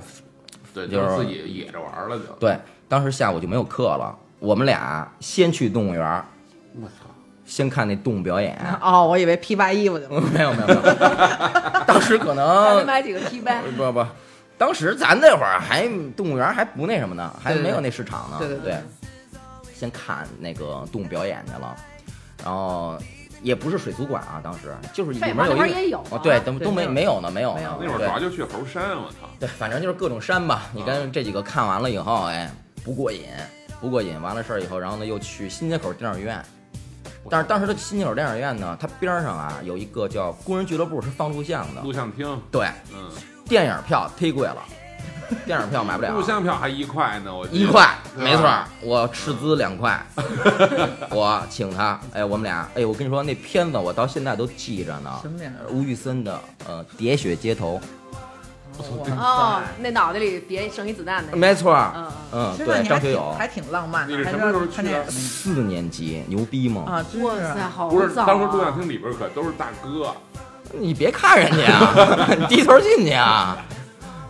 [SPEAKER 5] 对，
[SPEAKER 2] 就
[SPEAKER 5] 就是是自己野着玩儿了就。
[SPEAKER 2] 对，当时下午就没有课了，我们俩先去动物园儿，
[SPEAKER 5] 我操！
[SPEAKER 2] 先看那动物表演。
[SPEAKER 4] 哦，我以为批发衣服去了。
[SPEAKER 2] 没有没有没有，当时可
[SPEAKER 1] 咱
[SPEAKER 2] 能
[SPEAKER 1] 买几个 T 呗。
[SPEAKER 2] 不不，当时咱那会儿还动物园儿还不那什么呢，还
[SPEAKER 4] 对对
[SPEAKER 2] 没有
[SPEAKER 4] 对
[SPEAKER 2] 那市场呢。
[SPEAKER 4] 对对对
[SPEAKER 2] 先看那个动物表演去了，然后。也不是水族馆啊，当时就是里
[SPEAKER 1] 废
[SPEAKER 2] 面
[SPEAKER 1] 话
[SPEAKER 2] 有一
[SPEAKER 1] 那会儿
[SPEAKER 2] 个，
[SPEAKER 1] 也有啊
[SPEAKER 2] 哦对，都
[SPEAKER 4] 对
[SPEAKER 2] 都没
[SPEAKER 4] 没有
[SPEAKER 2] 没有呢，没有
[SPEAKER 4] 没
[SPEAKER 2] 呢
[SPEAKER 4] 有，
[SPEAKER 5] 那会儿
[SPEAKER 2] 对
[SPEAKER 5] 主要就去猴山，我操！
[SPEAKER 2] 对，反正就是各种山吧。你跟这几个看完了以后，哎，不过瘾，不过瘾。完了事儿以后，然后呢又去新街口电影院。但是当时的新街口电影院呢，它边儿上啊有一个叫工人俱乐部，是放录像的
[SPEAKER 5] 录。像厅，
[SPEAKER 2] 对，
[SPEAKER 5] 嗯，
[SPEAKER 2] 电影票忒贵了，电影票买不了。
[SPEAKER 5] 录像票还一块呢，我记得
[SPEAKER 2] 一块，
[SPEAKER 5] 对
[SPEAKER 2] 没错儿
[SPEAKER 5] 吧，
[SPEAKER 2] 我斥资两块， 我请他，哎，我们俩，哎，我跟你说，那片子我到现在都记着呢。
[SPEAKER 4] 什么呀
[SPEAKER 2] 吴宇森的，呃，《喋血街头
[SPEAKER 1] 哦，那脑袋里别剩一子弹》，的。
[SPEAKER 2] 没错儿
[SPEAKER 1] 嗯，
[SPEAKER 2] 嗯，
[SPEAKER 4] 其实那
[SPEAKER 2] 对，
[SPEAKER 4] 你还
[SPEAKER 2] 张学
[SPEAKER 4] 挺
[SPEAKER 2] 友，
[SPEAKER 4] 还挺浪漫的，
[SPEAKER 5] 那是
[SPEAKER 4] 还
[SPEAKER 5] 什么时候
[SPEAKER 4] 知
[SPEAKER 5] 去
[SPEAKER 4] 道
[SPEAKER 5] 啊
[SPEAKER 4] 看电
[SPEAKER 5] 的
[SPEAKER 4] 影
[SPEAKER 2] 四年级，牛逼吗？
[SPEAKER 4] 啊？真
[SPEAKER 1] 哇
[SPEAKER 4] 是
[SPEAKER 1] 塞，好
[SPEAKER 5] 不是，
[SPEAKER 1] 早啊！
[SPEAKER 5] 当时录像厅里边可都是大哥，
[SPEAKER 2] 你别看人家啊， 你低头进去啊，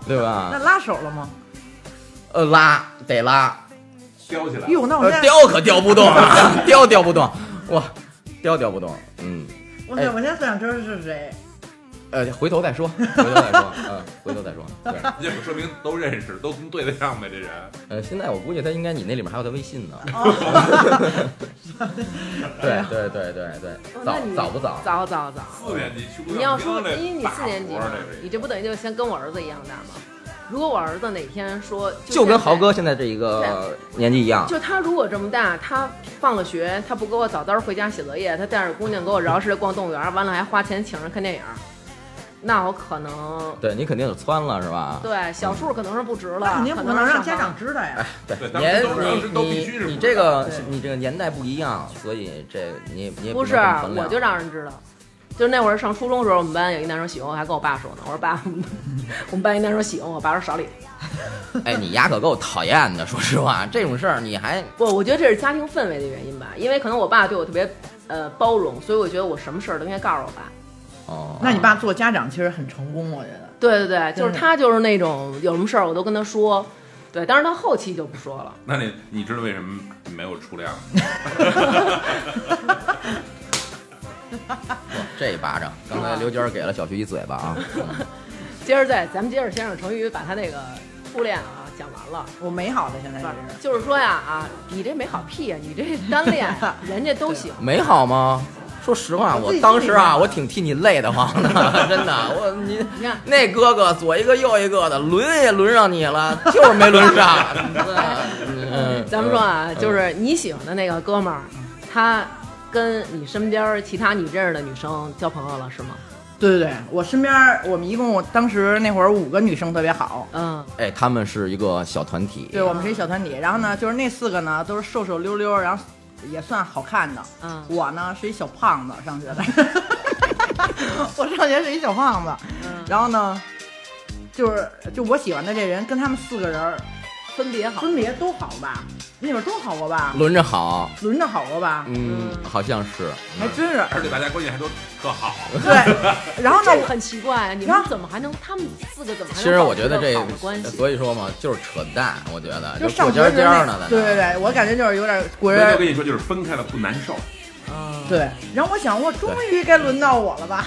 [SPEAKER 2] 对
[SPEAKER 4] 那
[SPEAKER 2] 吧？
[SPEAKER 4] 拉手了吗？
[SPEAKER 2] 呃，拉得拉，
[SPEAKER 5] 叼起来。
[SPEAKER 4] 哎哟，那我
[SPEAKER 2] 呃
[SPEAKER 4] 现在，
[SPEAKER 2] 叼可叼不动啊， 叼叼不动，哇，叼叼不动，嗯，
[SPEAKER 4] 我塞
[SPEAKER 2] 哎
[SPEAKER 4] 我现在特想知道是谁。
[SPEAKER 2] 呃，回头再说，回头再说，嗯，回头再说。对，
[SPEAKER 5] 就说明都认识，都对得上呗，这人。
[SPEAKER 2] 呃，现在我估计他应该你那里面还有他微信呢。哦 对对对对对，早
[SPEAKER 1] 哦那你
[SPEAKER 2] 早不哦早？
[SPEAKER 1] 早早早。
[SPEAKER 5] 四年级去过
[SPEAKER 1] 你要说，因为你
[SPEAKER 5] 大
[SPEAKER 1] 四年级
[SPEAKER 5] 活
[SPEAKER 1] 嘛
[SPEAKER 5] 儿这，是
[SPEAKER 1] 你这不等于就先跟我儿子一样大吗？如果我儿子哪天说，
[SPEAKER 2] 就
[SPEAKER 1] 现在
[SPEAKER 2] 跟豪哥，现在这一个年纪一样，
[SPEAKER 1] 就他如果这么大，他放了学，他不给我早早回家写作业，他带着姑娘给我饶是逛动物园，完了还花钱请人看电影，那我可能
[SPEAKER 2] 对你肯定就窜了是吧？
[SPEAKER 1] 对小数可能是不值了，
[SPEAKER 4] 那肯定不
[SPEAKER 1] 啊可
[SPEAKER 4] 能
[SPEAKER 1] 能
[SPEAKER 4] 让
[SPEAKER 1] 上
[SPEAKER 4] 家
[SPEAKER 1] 班
[SPEAKER 4] 长知道呀。
[SPEAKER 2] 对
[SPEAKER 5] 对当时
[SPEAKER 2] 年
[SPEAKER 5] 都是当时都必
[SPEAKER 2] 你
[SPEAKER 5] 须是
[SPEAKER 2] 你你
[SPEAKER 5] 不
[SPEAKER 2] 这个
[SPEAKER 4] 知道对
[SPEAKER 2] 你这个年代不一样，所以这你也你也
[SPEAKER 1] 不是
[SPEAKER 2] 能这么衡，量
[SPEAKER 1] 我就让人知道。就是那会儿上初中的时候，我们班有一男生喜欢我，还跟我爸说呢。我说爸，我们班 一男生喜欢我，我爸说少理。
[SPEAKER 2] 哎，你丫可够讨厌的，说实话，这种事儿你还
[SPEAKER 1] 不，我觉得这是家庭氛围的原因吧，因为可能我爸对我特别呃包容，所以我觉得我什么事儿都应该告诉我爸。
[SPEAKER 2] 哦，
[SPEAKER 4] 那你爸做家长其实很成功，我觉得。
[SPEAKER 1] 对对对，就是
[SPEAKER 2] 嗯
[SPEAKER 4] 真的
[SPEAKER 1] 他就是那种有什么事儿我都跟他说，对，但是他后期就不说了。
[SPEAKER 5] 那你你知道为什么没有初恋吗？
[SPEAKER 2] 这一巴掌，刚才刘娟儿给了小徐一嘴巴啊，嗯
[SPEAKER 1] 接着再，咱们接着先让成宇把他那个初恋啊讲完了。
[SPEAKER 4] 我美好的现
[SPEAKER 2] 哎
[SPEAKER 4] 在就是。
[SPEAKER 1] 就是说呀啊，你这没好屁呀、你这单恋 呀，人家都喜欢。
[SPEAKER 2] 美好吗？说实话，
[SPEAKER 4] 我
[SPEAKER 2] 我
[SPEAKER 4] 自己
[SPEAKER 2] 当时
[SPEAKER 4] 心里
[SPEAKER 2] 啊，
[SPEAKER 4] 话
[SPEAKER 2] 我挺替你累得慌的，真的。我你
[SPEAKER 1] 你看
[SPEAKER 2] 那哥哥左一个右一个的，轮也轮上你了，就是没轮上。 嗯
[SPEAKER 1] 咱们说啊，就是你喜欢的那个哥们儿，他跟你身边儿其他你认识的女生交朋友了是吗？
[SPEAKER 4] 对对对，我身边儿我们一共我当时那会儿五个女生特别好，
[SPEAKER 1] 嗯，
[SPEAKER 2] 哎，他们是一个小团体，
[SPEAKER 4] 对我们是一小团体。然后呢，就是那四个呢都是瘦瘦溜溜，然后也算好看的。
[SPEAKER 1] 嗯
[SPEAKER 4] 我呢是一小胖子，上学的。 我上学是一小胖子，然后呢，就是就我喜欢的这人跟他们四个人儿
[SPEAKER 1] 分别好。
[SPEAKER 4] 分别都好吧，那会儿都好过吧，
[SPEAKER 2] 轮着好，
[SPEAKER 4] 轮着好过吧，
[SPEAKER 2] 嗯，好像是。
[SPEAKER 4] 还真是。
[SPEAKER 5] 而且大家关键还都特好，
[SPEAKER 4] 对，然后 呢
[SPEAKER 1] 这
[SPEAKER 4] 我
[SPEAKER 1] 个很奇怪，啊你们怎么还能？他们四个怎么还能？
[SPEAKER 2] 啊其实我觉得这
[SPEAKER 1] 好的关，系，
[SPEAKER 2] 所以说嘛，就是扯淡。我觉得
[SPEAKER 4] 就
[SPEAKER 2] 过尖
[SPEAKER 4] 上学
[SPEAKER 2] 儿
[SPEAKER 4] 时
[SPEAKER 2] 尖
[SPEAKER 4] 那
[SPEAKER 2] 儿呢，在那
[SPEAKER 4] 对对对，我感觉就是有点果
[SPEAKER 5] 所以
[SPEAKER 4] 然
[SPEAKER 5] 我跟你说，就是分开了不难受。
[SPEAKER 4] 对。然后我想，我终于该轮到我了吧？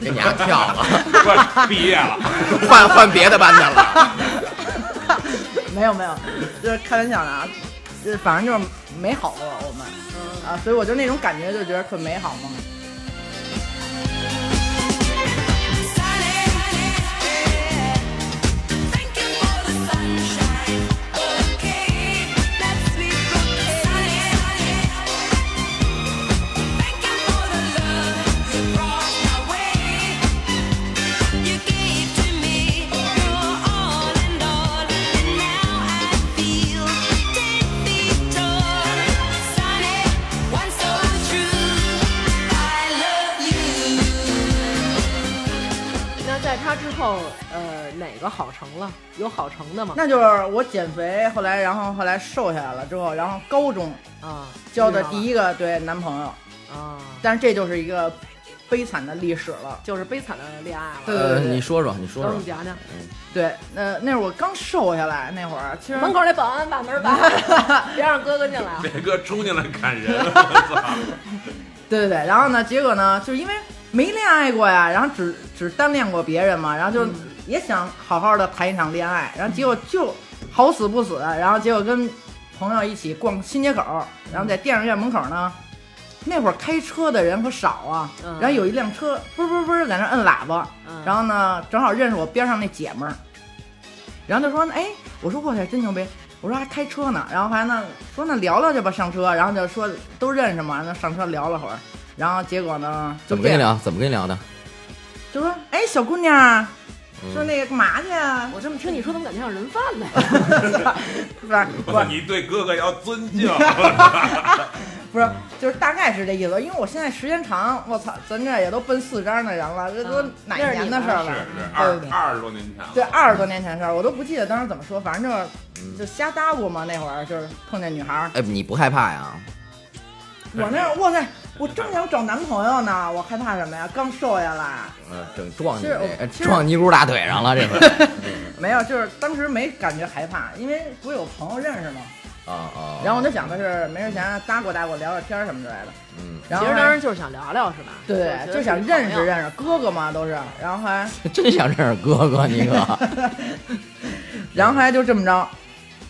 [SPEAKER 2] 给你丫跳了，
[SPEAKER 5] 快毕业了，
[SPEAKER 2] 换换别的班的了。
[SPEAKER 4] 没有没有，就是开玩笑的啊，就是反正就是美好过我们啊，所以我就那种感觉就觉得特美好嘛。
[SPEAKER 1] 那在他之后，呃，哪个好成了？有好成的吗？
[SPEAKER 4] 那就是我减肥，后来然后后来瘦下来了之后，然后高中
[SPEAKER 1] 啊，
[SPEAKER 4] 交的第
[SPEAKER 1] 一
[SPEAKER 4] 一个对男朋友，
[SPEAKER 1] 啊，
[SPEAKER 4] 但是这就是一个悲惨的历史了。
[SPEAKER 1] 就是悲惨的恋爱了。
[SPEAKER 4] 对
[SPEAKER 2] 呃，你说说，你说
[SPEAKER 1] 等
[SPEAKER 2] 说
[SPEAKER 1] 你。讲讲，
[SPEAKER 4] 对，那那会儿我刚瘦下来那会儿，其实
[SPEAKER 1] 门口那保安把门 把，别让哥哥进来啊。
[SPEAKER 5] 这哥冲进来砍人，我操！
[SPEAKER 4] 对对对，然后呢，结果呢，就是因为没恋爱过呀，然后只只单恋过别人嘛，然后
[SPEAKER 1] 嗯
[SPEAKER 4] 就也想好好的谈一场恋爱，然后结果就好死不死，然后结果跟朋友一起逛新街口，然后在电影院门口呢，那会儿开车的人可少啊，
[SPEAKER 1] 嗯
[SPEAKER 4] 然后有一辆车嘣嘣嘣在那摁喇叭，
[SPEAKER 1] 嗯
[SPEAKER 4] 然后呢，正好认识我边上那姐们儿，然后就说，哎，我说我去，真牛逼。我说还啊开车呢，然后还呢说那聊聊去吧，上车，然后就说都认识嘛，那上车聊了会儿，然后结果呢，就
[SPEAKER 2] 怎么跟你
[SPEAKER 4] 这样？
[SPEAKER 2] 聊？怎么跟你聊的？
[SPEAKER 4] 就说哎，小姑娘，说那个干嘛去啊？
[SPEAKER 1] 我这么听你说，怎么感觉像人贩子呀？
[SPEAKER 4] 不是
[SPEAKER 5] 我
[SPEAKER 4] 不
[SPEAKER 5] 操，
[SPEAKER 4] 是
[SPEAKER 5] 你对哥哥要尊敬。
[SPEAKER 4] 不是，就是大概是这意思。因为我现在时间长，我操，咱这也都奔四张的人了，这都
[SPEAKER 1] 嗯
[SPEAKER 4] 哪
[SPEAKER 1] 那是
[SPEAKER 4] 年
[SPEAKER 1] 你
[SPEAKER 4] 的
[SPEAKER 1] 的
[SPEAKER 4] 事儿
[SPEAKER 5] 是
[SPEAKER 4] 了？
[SPEAKER 5] 是
[SPEAKER 4] 对
[SPEAKER 5] 二
[SPEAKER 4] 对对
[SPEAKER 5] 二十多年前了，
[SPEAKER 4] 对，二十多年前的事儿，我都不记得当时怎么说，反正就是就瞎搭咕嘛。那会儿就是碰见女孩儿，
[SPEAKER 2] 哎，你不害怕呀？
[SPEAKER 4] 我那会儿哇塞，我正想找男朋友呢，我害怕什么呀？刚瘦下来，
[SPEAKER 2] 嗯，整撞你
[SPEAKER 4] 其实我
[SPEAKER 2] 那
[SPEAKER 4] 其实
[SPEAKER 2] 撞尼姑大腿上了，这回
[SPEAKER 4] 没有，就是当时没感觉害怕，因为不是有朋友认识吗？
[SPEAKER 2] 啊啊。
[SPEAKER 4] 然后我就想的是，没事闲搭过搭过，聊聊天儿什么之类的。
[SPEAKER 2] 嗯，
[SPEAKER 4] 然
[SPEAKER 1] 其
[SPEAKER 4] 后
[SPEAKER 1] 实
[SPEAKER 4] 还
[SPEAKER 1] 当时就是想聊聊，是吧？
[SPEAKER 4] 对，
[SPEAKER 1] 觉得
[SPEAKER 4] 就想
[SPEAKER 1] 是
[SPEAKER 4] 认
[SPEAKER 1] 朋
[SPEAKER 4] 识
[SPEAKER 1] 友。
[SPEAKER 4] 认识哥哥嘛，都是。然后还，
[SPEAKER 2] 真想认识哥 哥，你可
[SPEAKER 4] 然后还就这么着，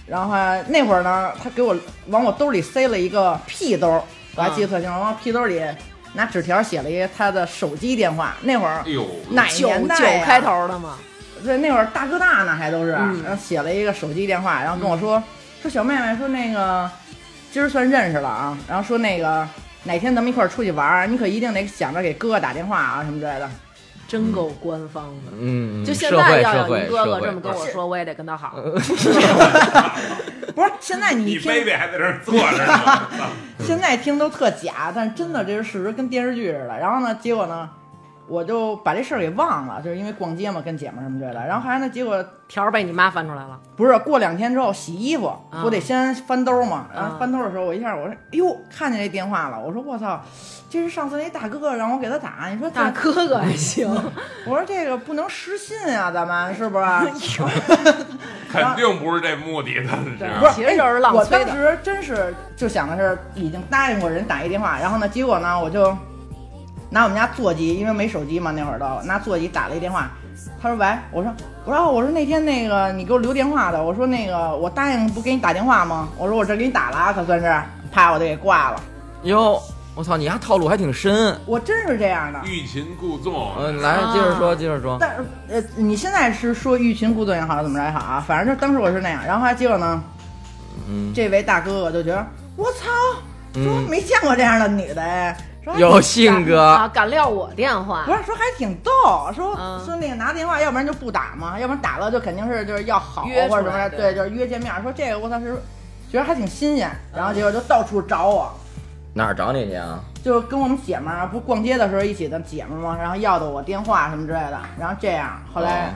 [SPEAKER 4] 然后还那会儿呢，他给我往我兜里塞了一个屁兜，我还
[SPEAKER 1] 嗯
[SPEAKER 4] 记得特清楚，往屁兜里拿纸条写了一个他的手机电话。那会儿
[SPEAKER 5] 哎呦，
[SPEAKER 4] 哪
[SPEAKER 1] 九
[SPEAKER 4] 年代、啊
[SPEAKER 1] 九啊开，头的嘛，
[SPEAKER 4] 对，那会儿大哥大呢还都是，
[SPEAKER 1] 嗯
[SPEAKER 4] 然后写了一个手机电话，然后跟我说、说小妹妹说那个今儿算认识了啊，然后说那个哪天咱们一块儿出去玩儿，你可一定得想着给哥哥打电话啊什么之类的。
[SPEAKER 1] 真够官方的。
[SPEAKER 2] 嗯，
[SPEAKER 1] 就现
[SPEAKER 2] 社
[SPEAKER 1] 在
[SPEAKER 2] 会
[SPEAKER 1] 要
[SPEAKER 2] 社
[SPEAKER 1] 有
[SPEAKER 2] 会
[SPEAKER 1] 一哥
[SPEAKER 2] 社
[SPEAKER 1] 哥
[SPEAKER 2] 会嗯
[SPEAKER 1] 这么跟我说，我也得跟他好。
[SPEAKER 4] 不是，现在你
[SPEAKER 5] 你
[SPEAKER 4] 一听
[SPEAKER 5] baby 还在这儿坐着呢，
[SPEAKER 4] 现在听都特假，但是真的这是事实，跟电视剧似的。然后呢，结果呢，我就把这事儿给忘了，就是因为逛街嘛，跟姐们儿什么之类的。然后还呢，结果
[SPEAKER 1] 条儿被你妈翻出来了，
[SPEAKER 4] 不是过两天之后洗衣服，我得先翻兜嘛。然
[SPEAKER 1] 啊
[SPEAKER 4] 后翻兜的时候，我一下我说，哎呦，看见这电话了，我说我操，这是上次那大哥让我给他打，你说
[SPEAKER 1] 大
[SPEAKER 4] 大，
[SPEAKER 1] 哥哥还行，
[SPEAKER 4] 我说这个不能失信啊，咱们是 不是？
[SPEAKER 1] 哎
[SPEAKER 5] 肯定不是这目的，他是
[SPEAKER 2] 啊
[SPEAKER 4] 不是，
[SPEAKER 1] 其实就是
[SPEAKER 4] 哎
[SPEAKER 1] 浪
[SPEAKER 4] 我
[SPEAKER 1] 催的
[SPEAKER 4] 当时真是就想的是已经答应过人打一电话，然后呢，结果呢，我就拿我们家座机，因为没手机嘛，那会儿都拿座机打了一电话。他说喂，我说我说哦我说那天那个你给我留电话的，我说那个我答应不给你打电话吗？我说我这给你打了啊，可算是，啪我就给挂了。
[SPEAKER 2] 哟，我操，你还套路还挺深。
[SPEAKER 4] 我真是这样的。
[SPEAKER 5] 欲擒 故纵。
[SPEAKER 2] 嗯，来，接着说，接着说。
[SPEAKER 4] 但是呃，你现在是说欲擒故纵也好，怎么着也好啊，反正就当时我是那样。然后还结果呢，
[SPEAKER 2] 嗯
[SPEAKER 4] 这位大哥哥就觉得我操，说
[SPEAKER 2] 嗯
[SPEAKER 4] 没见过这样的女的哎，说还
[SPEAKER 2] 有性 格，
[SPEAKER 1] 啊，敢撂我电话
[SPEAKER 2] 嗯
[SPEAKER 4] 不，是说还挺逗，说、
[SPEAKER 1] 嗯
[SPEAKER 4] 说那个拿电话，要不然就不打嘛，要不然打了就肯定是就是要好
[SPEAKER 1] 约
[SPEAKER 4] 或者
[SPEAKER 1] 出
[SPEAKER 4] 什么
[SPEAKER 1] 来
[SPEAKER 4] 的，
[SPEAKER 1] 对
[SPEAKER 4] 对，就是约见面。说这个我当时觉得还挺新鲜，然后结果就到处找我。
[SPEAKER 2] 哪儿找你去啊？
[SPEAKER 4] 就跟我们姐们儿不逛街的时候一起的姐们儿嘛，然后要的我电话什么之类的，然后这样，后
[SPEAKER 2] 哦
[SPEAKER 4] 来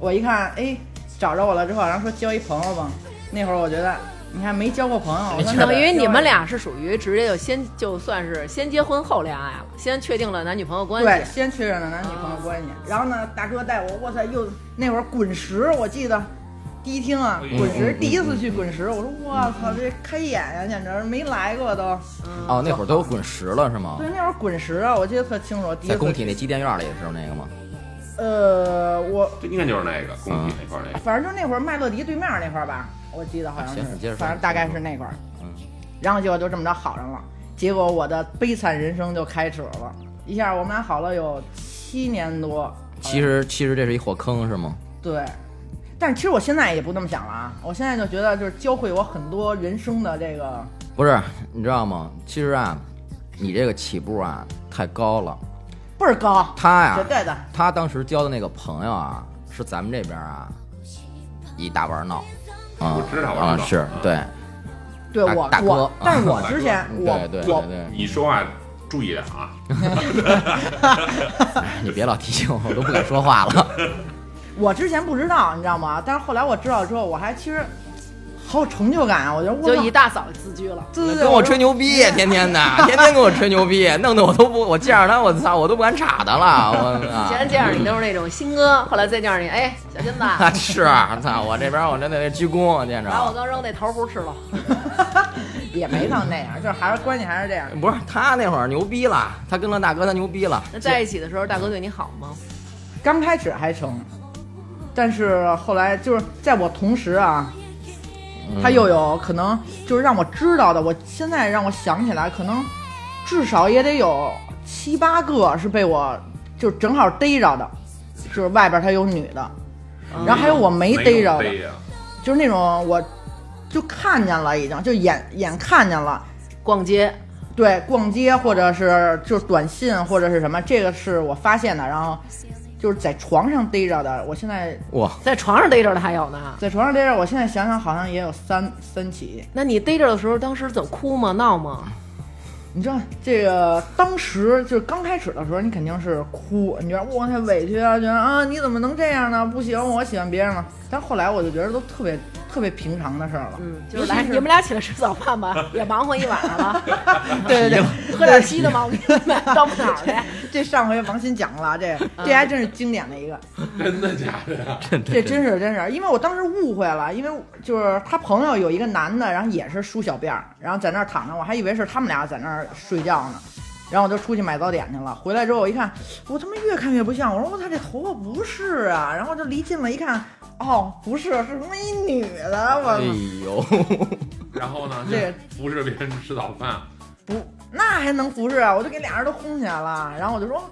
[SPEAKER 4] 我一看，哎，找着我了之后，然后说交一朋友吧。那会儿我觉得，你看没交过朋友，我 说那
[SPEAKER 1] 等于
[SPEAKER 4] 交
[SPEAKER 1] 你
[SPEAKER 4] 一
[SPEAKER 1] 们俩是属于直接就先就算是先结婚后恋爱了，先确定了男女朋友关
[SPEAKER 4] 对，
[SPEAKER 1] 系。
[SPEAKER 4] 先确认了男女朋友关系。然后呢，大哥带我，我操，又那会儿滚石，我记得第一听
[SPEAKER 2] 哎
[SPEAKER 4] 啊，滚石第一次去滚石，我说我操，这开眼呀、简直没来过都。
[SPEAKER 2] 哦，那会儿都滚石了是吗
[SPEAKER 4] 对，？那会儿滚石啊，我记得特清楚，第一
[SPEAKER 2] 在
[SPEAKER 4] 次
[SPEAKER 2] 工体那机电院里是那个吗？
[SPEAKER 4] 呃，我
[SPEAKER 5] 这应该就是那个工
[SPEAKER 4] 啊
[SPEAKER 5] 体那块儿那个，
[SPEAKER 4] 反正就那会儿麦乐迪对面那块儿吧，我记得好像
[SPEAKER 2] 啊行你接着说
[SPEAKER 4] 是，反正大概是那块儿。
[SPEAKER 2] 嗯，
[SPEAKER 4] 然后结果就这么着好上了，结果我的悲惨人生就开始了，一下我们俩好了有七年多。
[SPEAKER 2] 其实其实这是一火坑是吗？
[SPEAKER 4] 对，但是其实我现在也不那么想了啊，我现在就觉得就是教会我很多人生的这个，
[SPEAKER 2] 不是，你知道吗？其实啊，你这个起步啊太高了。
[SPEAKER 4] 倍儿高，
[SPEAKER 2] 他呀、
[SPEAKER 4] 绝对的。
[SPEAKER 2] 他当时交的那个朋友啊，是咱们这边啊一大玩闹，啊、
[SPEAKER 5] 我知道我知道
[SPEAKER 2] 啊，是
[SPEAKER 5] 啊
[SPEAKER 2] 对，
[SPEAKER 4] 对
[SPEAKER 2] 大
[SPEAKER 4] 我
[SPEAKER 2] 大哥啊
[SPEAKER 4] 我，但是我
[SPEAKER 5] 大哥
[SPEAKER 4] 之前我
[SPEAKER 2] 对对
[SPEAKER 4] 我
[SPEAKER 2] 对对，
[SPEAKER 5] 你说话注意点啊，
[SPEAKER 2] 你别老提醒我，我都不敢说话了。
[SPEAKER 4] 我之前不知道，你知道吗？但是后来我知道之后，我还其实好有成就感啊！我觉得我
[SPEAKER 1] 就
[SPEAKER 4] 操
[SPEAKER 1] 一大早自居了，
[SPEAKER 4] 对对对，
[SPEAKER 2] 跟我
[SPEAKER 4] 说
[SPEAKER 2] 吹牛逼，天天的，天天跟我吹牛逼，弄得我都不，我见着他，我操，我都不敢插他了，我
[SPEAKER 1] 以
[SPEAKER 2] 啊
[SPEAKER 1] 前见着你都是那种新哥，后来再见着你，哎，小新子，
[SPEAKER 2] 是，啊操，我这边我真得鞠躬，啊见
[SPEAKER 1] 把我
[SPEAKER 2] 着。
[SPEAKER 1] 刚扔那桃核吃了，
[SPEAKER 4] 也没到那样，就是还是关系还是这样。
[SPEAKER 2] 不是他那会儿牛逼了，他跟了大哥，他牛逼了。
[SPEAKER 1] 那在一起的时候，大哥对你好吗？
[SPEAKER 4] 刚开始还成，但是后来就是在我同时啊，
[SPEAKER 5] 嗯
[SPEAKER 4] 他又有可能就是让我知道的，我现在让我想起来，可能至少也得有七八个是被我就正好逮着的，就是外边他有女的，然后还有我没逮着的，
[SPEAKER 5] 嗯没有逮啊
[SPEAKER 4] 就是那种我就看见了，已经就眼眼看见了。
[SPEAKER 1] 逛街，
[SPEAKER 4] 对，逛街或者是就是短信或者是什么，这个是我发现的，然后就是在床上逮着的。我现在
[SPEAKER 2] 哇，
[SPEAKER 1] 在床上逮着的还有呢。
[SPEAKER 4] 在床上逮着，我现在想想好像也有三三起。
[SPEAKER 1] 那你逮着的时候，当时怎么哭吗？闹吗？
[SPEAKER 4] 你知道这个当时就是刚开始的时候，你肯定是哭，你觉得哇太委屈啊，觉得啊你怎么能这样呢？不行，我喜欢别人了。但后来我就觉得都特别特别平常的事儿了。
[SPEAKER 1] 嗯，就
[SPEAKER 4] 尤
[SPEAKER 1] 是
[SPEAKER 4] 其
[SPEAKER 1] 来，
[SPEAKER 4] 是
[SPEAKER 1] 你们俩起来吃早饭吧，也忙活一晚上了。
[SPEAKER 4] 对对对，
[SPEAKER 1] 喝点稀的吗？我给你买到不哪儿去？
[SPEAKER 4] 这上回王鑫讲了，这这还真是经典的一个，
[SPEAKER 5] 真的假的啊呀？
[SPEAKER 4] 这真是真是，因为我当时误会了，因为我就是他朋友有一个男的，然后也是梳小辫儿，然后在那儿躺着，我还以为是他们俩在那儿睡觉呢，然后我就出去买早点去了。回来之后我一看，我他妈越看越不像，我说我操这头发不是啊，然后就离近了一看，哦不是，是他妈一女的，我
[SPEAKER 2] 哎呦，
[SPEAKER 5] 然后呢，
[SPEAKER 4] 这
[SPEAKER 5] 服侍别人吃早饭，
[SPEAKER 4] 不，那还能服侍啊？我就给俩人都轰起来了，然后我就说，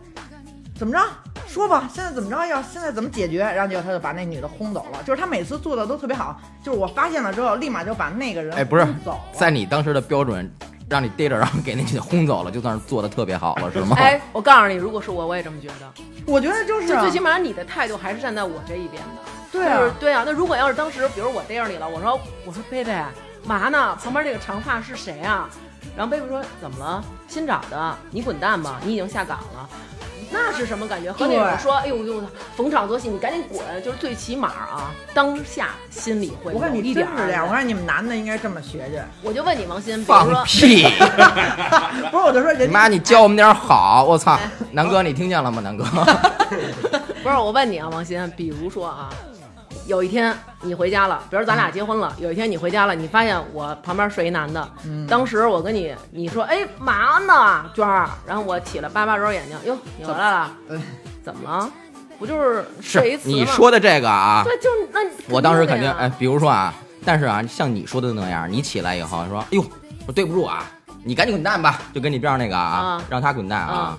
[SPEAKER 4] 怎么着？说吧，现在怎么着要现在怎么解决？然后结果他就把那女的轰走了，就是他每次做的都特别好，就是我发现了之后，立马就把那个人
[SPEAKER 2] 哎，不是
[SPEAKER 4] 轰走了，
[SPEAKER 2] 在你当时的标准，让你逮着，然后给那女的轰走了，就算是做的特别好了，是吗？
[SPEAKER 1] 哎，我告诉你，如果是我，我也这么觉得。
[SPEAKER 4] 我觉得就是
[SPEAKER 1] 就
[SPEAKER 4] 啊
[SPEAKER 1] 最起码你的态度还是站在我这一边的。
[SPEAKER 4] 对
[SPEAKER 1] 就是
[SPEAKER 4] 啊，
[SPEAKER 1] 对啊，那如果要是当时，比如我逮着你了，我说我说贝贝，啊嘛呢？旁边这个长发是谁啊？然后贝贝说怎么了？新找的，你滚蛋吧，你已经下岗了。那是什么感觉？和那种
[SPEAKER 4] 对
[SPEAKER 1] 说，哎呦呦，逢场作戏，你赶紧滚，就是最起码啊，当下心里会
[SPEAKER 4] 我看
[SPEAKER 1] 有
[SPEAKER 4] 你
[SPEAKER 1] 一
[SPEAKER 4] 真
[SPEAKER 1] 点
[SPEAKER 4] 是
[SPEAKER 1] 儿
[SPEAKER 4] 这样，我看你们男的应该这么学学，
[SPEAKER 1] 我就问你王鑫，比如
[SPEAKER 2] 放
[SPEAKER 1] 说，
[SPEAKER 2] 屁！
[SPEAKER 4] 不是我就说
[SPEAKER 2] 你
[SPEAKER 4] 人
[SPEAKER 2] 妈，
[SPEAKER 4] 家
[SPEAKER 2] 你教我们点好！我操，
[SPEAKER 1] 哎
[SPEAKER 2] 南哥，你听见了吗？ 南哥，
[SPEAKER 1] 不是我问你啊，王鑫，比如说啊，有一天你回家了，比如咱俩结婚了，有一天你回家了，你发现我旁边睡一男的，当时我跟你你说，哎嘛呢，娟儿，然后我起来叭叭揉眼睛，哟，你回来了，
[SPEAKER 4] 嗯
[SPEAKER 1] 怎么了？不就是睡一
[SPEAKER 2] 是
[SPEAKER 1] 次吗？
[SPEAKER 2] 你说的这个啊，
[SPEAKER 1] 对，就是那你
[SPEAKER 2] 我当时肯定
[SPEAKER 1] 的呀
[SPEAKER 2] 哎，比如说啊，但是啊，像你说的那样，你起来以后说，哎呦，我对不住啊，你赶紧滚蛋吧，就跟你边上那个啊
[SPEAKER 1] 啊，
[SPEAKER 2] 让他滚蛋啊。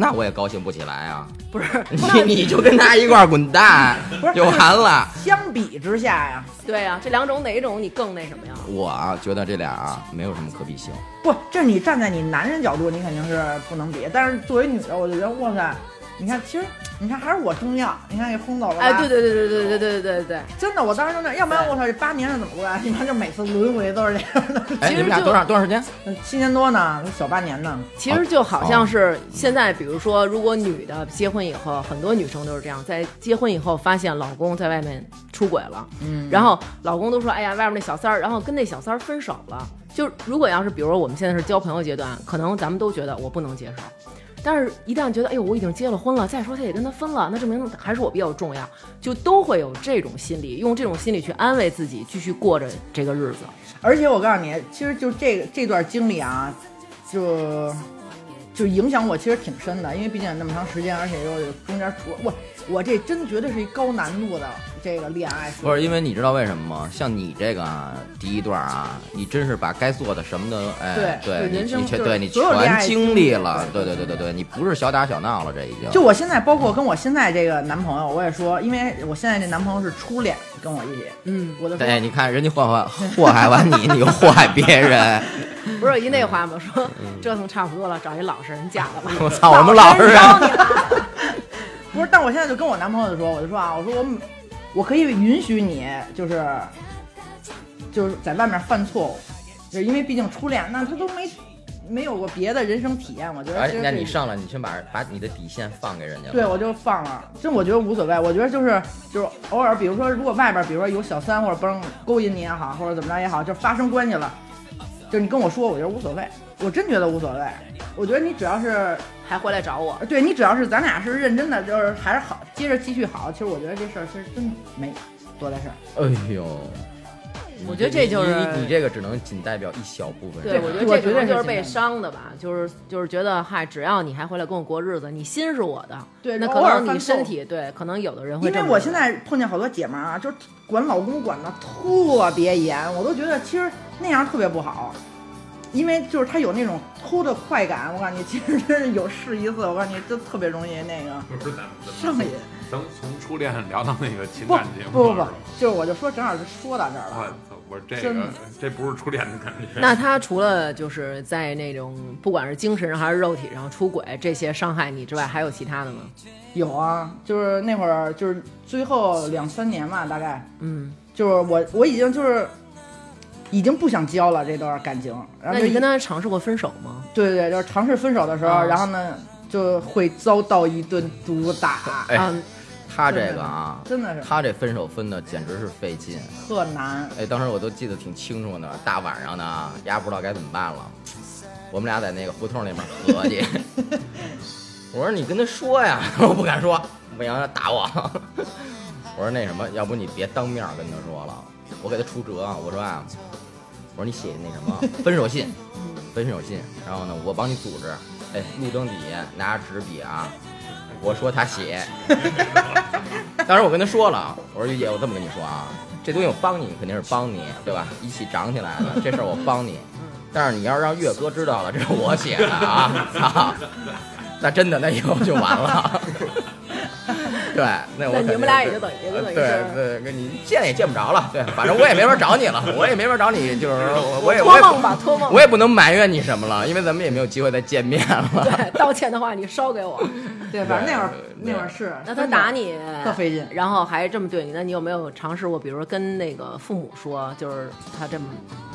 [SPEAKER 2] 那我也高兴不起来啊！
[SPEAKER 1] 不是，
[SPEAKER 2] 你你就跟他一块儿滚蛋
[SPEAKER 4] 不是
[SPEAKER 2] 就完了。
[SPEAKER 4] 相比之下呀，
[SPEAKER 1] 对呀、这两种哪一种你更那什么呀？
[SPEAKER 2] 我啊觉得这俩啊没有什么可比性。
[SPEAKER 4] 不，这你站在你男人角度，你肯定是不能比，但是作为女的，我就觉得哇塞，你看其实你看还是我重要，你看给轰走了吧，
[SPEAKER 1] 哎，对对对对对对对对对对，
[SPEAKER 4] 真的，我当时就那，要不然我操，这八年是怎么过来？你 妈就每次轮回都是这样 的，
[SPEAKER 2] 哎，
[SPEAKER 1] 其
[SPEAKER 2] 你
[SPEAKER 1] 实
[SPEAKER 2] 们俩
[SPEAKER 1] 就
[SPEAKER 2] 多长多长时间？
[SPEAKER 4] 七年多呢，小八年呢。
[SPEAKER 1] 其实就好像是现在，比如说，如果女的结婚以后，很多女生都是这样，在结婚以后发现老公在外面出轨了，嗯，然后老公都说，哎呀，外面那小三儿，然后跟那小三儿分手了。就如果要是，比如说我们现在是交朋友阶段，可能咱们都觉得哦我不能接受，但是一旦觉得，哎呦，我已经结了婚了，再说他也跟他分了，那证明还是我比较重要，就都会有这种心理，用这种心理去安慰自己，继续过着这个日子。
[SPEAKER 4] 而且我告诉你，其实就这个这段经历啊，就就影响我其实挺深的，因为毕竟那么长时间，而且又有中间除我我这真绝对是一高难度的这个恋爱。
[SPEAKER 2] 不是因为你知道为什么吗？像你这个啊第一段啊，你真是把该做的什么的，哎，
[SPEAKER 4] 对
[SPEAKER 2] 对，
[SPEAKER 4] 对
[SPEAKER 2] 你
[SPEAKER 4] 人生
[SPEAKER 2] 你全
[SPEAKER 4] 就是
[SPEAKER 2] 对你
[SPEAKER 4] 所有恋
[SPEAKER 2] 全
[SPEAKER 4] 爱
[SPEAKER 2] 经
[SPEAKER 4] 经
[SPEAKER 2] 历
[SPEAKER 4] 历
[SPEAKER 2] 了，对
[SPEAKER 4] 对
[SPEAKER 2] 对对对对，你不是小打小闹了，这已经
[SPEAKER 4] 就我现在，包括跟我现在这个男朋友，我也说，因为我现在这男朋友是初恋，跟我一起，
[SPEAKER 1] 嗯，
[SPEAKER 4] 我就说
[SPEAKER 2] 对，你看人家祸害祸害完你，你又祸害别人，
[SPEAKER 1] 不是有一那话吗？说折腾差不多了，找一老实人嫁了吧。
[SPEAKER 2] 我操，我们老实人，啊
[SPEAKER 4] 不是，但我现在就跟我男朋友就说，我就说啊，我说我每我可以允许你，就是就是在外面犯错误，就是因为毕竟初恋，那他都没没有过别的人生体验，我觉得
[SPEAKER 2] 哎
[SPEAKER 4] 其实，
[SPEAKER 2] 那
[SPEAKER 4] 是
[SPEAKER 2] 你上来，你先把把你的底线放给人家了，
[SPEAKER 4] 对，我就放了，这我觉得无所谓。我觉得就是就是偶尔，比如说如果外边，比如说有小三或者帮勾引你也好，或者怎么着也好，就发生关系了，就是你跟我说，我觉得无所谓，我真觉得无所谓。我觉得你只要是
[SPEAKER 1] 还回来找我。
[SPEAKER 4] 对你只要是咱俩是认真的，就是还是好，接着继续好。其实我觉得这事儿其实真没多大事儿。
[SPEAKER 2] 哎呦，
[SPEAKER 1] 我觉得这就是
[SPEAKER 2] 你你你这个只能仅代表一小部分
[SPEAKER 1] 对，
[SPEAKER 2] 人，
[SPEAKER 1] 我觉得
[SPEAKER 4] 我
[SPEAKER 1] 这
[SPEAKER 4] 觉
[SPEAKER 1] 可
[SPEAKER 4] 得
[SPEAKER 1] 能
[SPEAKER 4] 是
[SPEAKER 1] 就是
[SPEAKER 4] 这
[SPEAKER 1] 被
[SPEAKER 4] 样
[SPEAKER 1] 伤的吧，就是就是觉得嗨，只要你还回来跟我过日子，你心是我的，
[SPEAKER 4] 对
[SPEAKER 1] 那可
[SPEAKER 4] 偶尔
[SPEAKER 1] 能你
[SPEAKER 4] 犯错
[SPEAKER 1] 身体对，可能有的人会
[SPEAKER 4] 因
[SPEAKER 1] 这么
[SPEAKER 4] 为
[SPEAKER 1] 认为。
[SPEAKER 4] 我现在碰见好多姐们儿啊，就是管老公管的特别严，我都觉得其实那样特别不好，因为就是他有那种偷的快感，我感觉其实真是有试一次，我感觉真特别容易 那个
[SPEAKER 5] 不是咱们咱
[SPEAKER 4] 上
[SPEAKER 5] 们
[SPEAKER 4] 瘾。
[SPEAKER 5] 咱们从初恋聊到那个情
[SPEAKER 4] 不
[SPEAKER 5] 感节目
[SPEAKER 4] 不不不
[SPEAKER 5] 了，
[SPEAKER 4] 就是我就说正好就说到这儿
[SPEAKER 5] 是
[SPEAKER 4] 了
[SPEAKER 5] 吧，我操，我这
[SPEAKER 4] 真
[SPEAKER 5] 个
[SPEAKER 4] 的
[SPEAKER 5] 这不是初恋的感觉。
[SPEAKER 1] 那他除了就是在那种不管是精神上还是肉体上出轨这些伤害你之外，还有其他的吗？
[SPEAKER 4] 有啊，就是那会儿就是最后两三年吧，大概
[SPEAKER 1] 嗯，
[SPEAKER 4] 就是我我已经就是已经不想交了这段感情，
[SPEAKER 1] 那
[SPEAKER 4] 然后就
[SPEAKER 1] 你
[SPEAKER 4] 一
[SPEAKER 1] 跟他尝试过分手吗？
[SPEAKER 4] 对对对，就是尝试分手的时候，
[SPEAKER 1] 啊
[SPEAKER 4] 然后呢就会遭到一顿毒打。
[SPEAKER 2] 哎
[SPEAKER 1] 啊，
[SPEAKER 2] 他这个啊，
[SPEAKER 4] 真的是
[SPEAKER 2] 他这分手分的简直是费劲。
[SPEAKER 4] 特难。
[SPEAKER 2] 哎，当时我都记得挺清楚呢，大晚上的，啊丫不知道该怎么办了。我们俩在那个胡同那边合计，我说你跟他说呀， 我不敢说，不行他打我。 我说那什么，要不你别当面跟他说了，我给他出辙啊。我说啊，我说你写那什么 分手信，分手信，然后呢，我帮你组织。哎，路灯底下拿着纸笔啊，我说他写， 当时我跟他说了，啊我说于姐，我这么跟你说啊，这东西我帮你肯定是帮你，对吧？一起长起来的，这事儿我帮你。
[SPEAKER 1] 嗯
[SPEAKER 2] 但是你要是让岳哥知道了，这是我写的啊，操！那真的，那以后就完了。 对，那
[SPEAKER 1] 那
[SPEAKER 2] 我肯定
[SPEAKER 1] 你们俩也就等于就等于
[SPEAKER 2] 对
[SPEAKER 1] 是
[SPEAKER 2] 对，呃跟你见也见不着了，对，反正我也没法找你了，我也没法找你，就是我我也我
[SPEAKER 1] 托
[SPEAKER 2] 也
[SPEAKER 1] 梦吧，托梦
[SPEAKER 2] 我。也不能埋怨你什么了，因为咱们也没有机会再见面了。
[SPEAKER 1] 对，道歉的话你烧给 我。
[SPEAKER 4] 对，反正那会儿
[SPEAKER 2] 对
[SPEAKER 4] 那会儿是，
[SPEAKER 1] 那他打你
[SPEAKER 4] 特费劲
[SPEAKER 1] 然后还这么对你，那你有没有尝试过，比如说跟那个父母说，就是他这么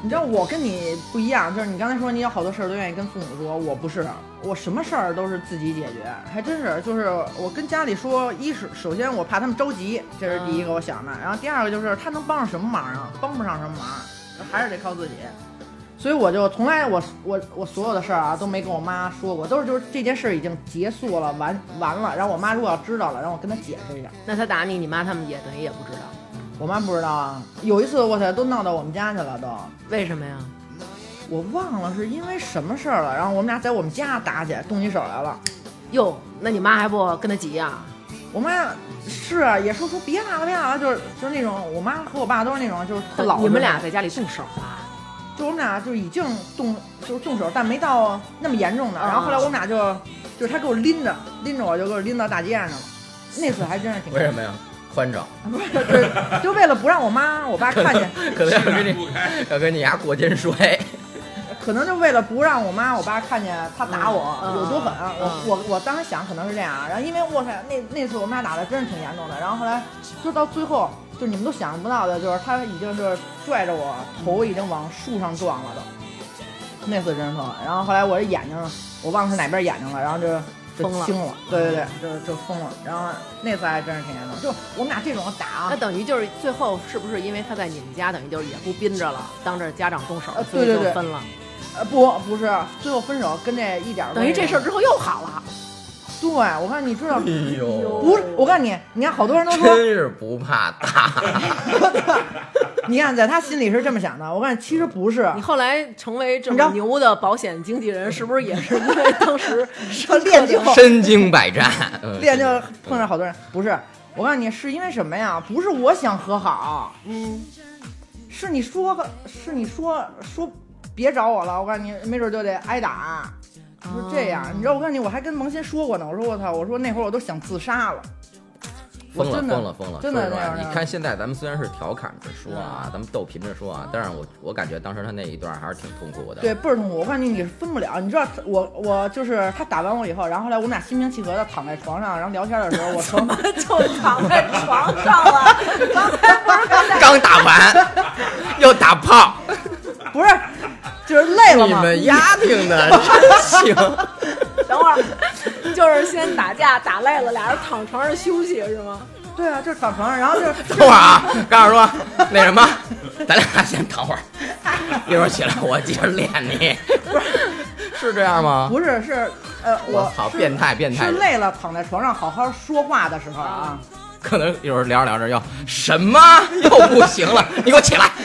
[SPEAKER 4] 你知道我跟你不一样，就是你刚才说你有好多事儿都愿意跟父母说，我不是，我什么事儿都是自己解决，还真是，就是我跟家里说，一是首先我怕他们着急，这是第一个我想的，然后第二个就是他能帮上什么忙啊，帮不上什么忙，还是得靠自己。所以我就从来我我我所有的事儿啊都没跟我妈说过，都是就是这件事儿已经结束了，完完了，然后我妈如果要知道了，让我跟她解释一下。
[SPEAKER 1] 那他打你，你妈他们也等于也不知道，
[SPEAKER 4] 我妈不知道啊，有一次我操都闹到我们家去了都。
[SPEAKER 1] 为什么呀？
[SPEAKER 4] 我忘了是因为什么事儿了，然后我们俩在我们家打起来，动起手来了。
[SPEAKER 1] 哟，那你妈还不跟他急呀、
[SPEAKER 4] 我妈是啊也说说别打了，别打了，就是就是那种我妈和我爸都是那种就是特老实。
[SPEAKER 1] 你们俩在家里动手啊？
[SPEAKER 4] 就我们俩就已经动就是动手，但没到那么严重的。然后后
[SPEAKER 1] 啊
[SPEAKER 4] 来我们俩就就是他给我拎着拎着我就给我拎到大街上去了。那次还真是挺
[SPEAKER 2] 为什么呀？宽敞，
[SPEAKER 4] 不是就是就为了不让我妈我爸 看 见，
[SPEAKER 2] 可能要跟你要跟你牙过肩 摔。哎
[SPEAKER 4] 可能就为了不让我妈我爸看见他打我
[SPEAKER 1] 嗯嗯
[SPEAKER 4] 有多狠，我
[SPEAKER 1] 嗯
[SPEAKER 4] 我我当时想可能是这样啊，然后因为我操那那次我妈打的真是挺严重的，然后后来就到最后就你们都想象不到的，就是他已经就是拽着我头已经往树上撞了都，那次真是疼，然后后来我这眼睛我忘了是哪边眼睛了，然后就。就
[SPEAKER 1] 疯了
[SPEAKER 4] 青了，对对对，就就疯了。然后那次还真是挺
[SPEAKER 1] 嗯
[SPEAKER 4] 严重，就我们俩这种打啊
[SPEAKER 1] 那，等于就是最后是不是因为他在你们家，等于就是也不憋着了，当着家长动手，
[SPEAKER 4] 呃
[SPEAKER 1] 所以
[SPEAKER 4] 对
[SPEAKER 1] 就
[SPEAKER 4] 对对
[SPEAKER 1] 分了。
[SPEAKER 4] 呃不不是，最后分手跟这一点儿
[SPEAKER 1] 等于
[SPEAKER 4] 关系
[SPEAKER 1] 这事儿之后又好了。
[SPEAKER 4] 都没有，对我看你 知道
[SPEAKER 2] 哎呦，
[SPEAKER 4] 不是，我告诉你，你看好多人都
[SPEAKER 2] 真
[SPEAKER 4] 说，
[SPEAKER 2] 是不怕 打。
[SPEAKER 4] 你看在他心里是这么想的，我告诉你，其实不是
[SPEAKER 1] 你，后来成为这
[SPEAKER 4] 你知
[SPEAKER 1] 么
[SPEAKER 4] 道
[SPEAKER 1] 牛的保险经纪人，是不是也是因为当时
[SPEAKER 4] 他练就
[SPEAKER 2] 身经百 战，嗯
[SPEAKER 4] 练就碰上好多人，不是，我告诉你，是因为什么呀？不是我想和好，嗯，是你说，是你说说别找我了，我告诉你，没准就得挨打。是这
[SPEAKER 2] 哦
[SPEAKER 4] 样，你知道我告诉你，我还跟萌新说过呢。我说我操，我说那会儿我都想自杀了，我
[SPEAKER 2] 疯了，
[SPEAKER 4] 真的
[SPEAKER 2] 疯了，疯了！
[SPEAKER 4] 真的
[SPEAKER 2] 说实
[SPEAKER 4] 那
[SPEAKER 2] 话，
[SPEAKER 4] 样
[SPEAKER 2] 你
[SPEAKER 4] 的
[SPEAKER 2] 看现在咱们虽然是调侃着说啊，咱们逗贫着说啊，但是我我感觉当时他那一段还是挺痛苦的。
[SPEAKER 4] 对，，倍儿痛苦。我告诉你，你是分不了。你知道我我就是他打完我以后，然后后来我们俩心平气和的躺在床上，然后聊天的时候，我 说
[SPEAKER 1] 就躺在床上 了？刚才不是刚才
[SPEAKER 2] 刚打 完又打炮，
[SPEAKER 4] 不是，就是累了
[SPEAKER 2] 你
[SPEAKER 4] 嘛。
[SPEAKER 2] 们丫挺的真行。
[SPEAKER 1] 等会儿就是先打架打累了，俩人躺床上休息是吗？
[SPEAKER 4] 对啊，就是躺床上，然后就是
[SPEAKER 2] 等会儿啊，告诉说那什么，咱俩先等会儿，一会儿起来我接着练你，是这样吗？
[SPEAKER 4] 不是是呃，
[SPEAKER 2] 我
[SPEAKER 4] 我
[SPEAKER 2] 操，
[SPEAKER 4] 是
[SPEAKER 2] 变态变态
[SPEAKER 4] 是！累了，躺在床上好好说话的时候啊，
[SPEAKER 2] 可能一会儿聊着聊着又什么又不行了，你给我起来！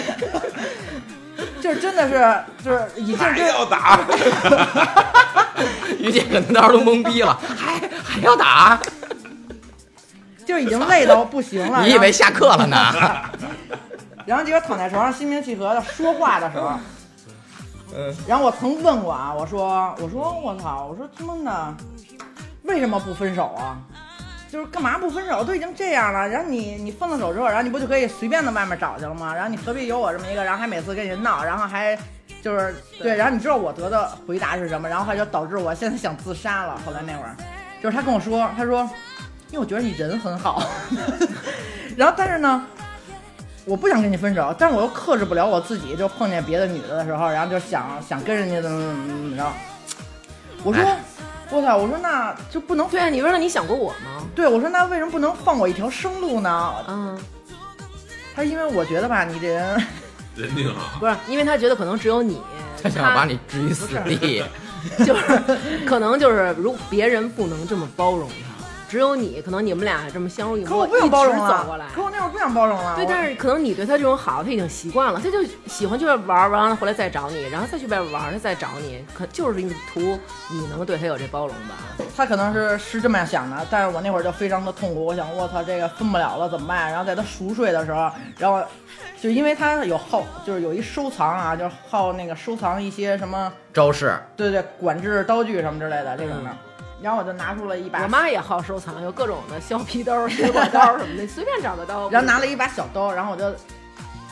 [SPEAKER 4] 就是真的是就是已经
[SPEAKER 5] 还
[SPEAKER 2] 哎
[SPEAKER 4] 跟
[SPEAKER 5] 要打，
[SPEAKER 2] 于姐可能当时都懵逼了，还还要打？
[SPEAKER 4] 就是已经累到不行了。
[SPEAKER 2] 你以
[SPEAKER 4] 然后
[SPEAKER 2] 为下课了呢？
[SPEAKER 4] 然后结果躺在床上心平气和的说话的时候，
[SPEAKER 2] 嗯，
[SPEAKER 4] 然后我曾问过啊，我说我说我操，我说他妈的，为什么不分手啊？就是干嘛不分手？都已经这样了，然后你你分了手之后，然后你不就可以随便的外面找去了吗？然后你何必有我这么一个？然后还每次跟你闹，然后还就是对，然后你知道我得的回答是什么？然后还就导致我现在想自杀了。后来那会儿，就是他跟我说，他说，因为我觉得你人很好，然后但是呢，我不想跟你分手，但是我又克制不了我自己，就碰见别的女的的时候，然后就想想跟人家怎么怎么怎么着。我说，我操！我说那就不能
[SPEAKER 1] 对啊，你说那你想过我吗？
[SPEAKER 4] 对我说那为什么不能放我一条生路呢？
[SPEAKER 1] 嗯，
[SPEAKER 4] 他说因为我觉得吧，你这人
[SPEAKER 5] 人挺好，
[SPEAKER 1] 不是，因为他觉得可能只有你，
[SPEAKER 2] 他想把你置于死地，
[SPEAKER 1] 就是可能就是，如果别人不能这么包容他，只有你，可能你们俩这么相濡以
[SPEAKER 4] 可我
[SPEAKER 1] 沫，
[SPEAKER 4] 不想包容
[SPEAKER 1] 一直走过
[SPEAKER 4] 了
[SPEAKER 1] 来，。
[SPEAKER 4] 可我那会儿不想包容了。
[SPEAKER 1] 对，
[SPEAKER 4] 我
[SPEAKER 1] 但是可能你对他这种好，他已经习惯了，他就喜欢去外边玩儿，完了回来再找你，然后再去外边玩儿，他再找你，可就是你图你能对他有这包容吧？
[SPEAKER 4] 他可能是是这么样想的，但是我那会儿就非常的痛苦，我想我操这个分不了了怎么办？然后在他熟睡的时候，然后就因为他有好就是有一收藏啊，就是好那个收藏一些什么
[SPEAKER 2] 招式。
[SPEAKER 4] 对对管制刀具什么之类的这种的，然后我就拿出了一把
[SPEAKER 1] 嗯我妈也好收藏，有各种的削皮刀、水果刀什么的，随便找个刀。
[SPEAKER 4] 然后拿了一把小刀，然后我就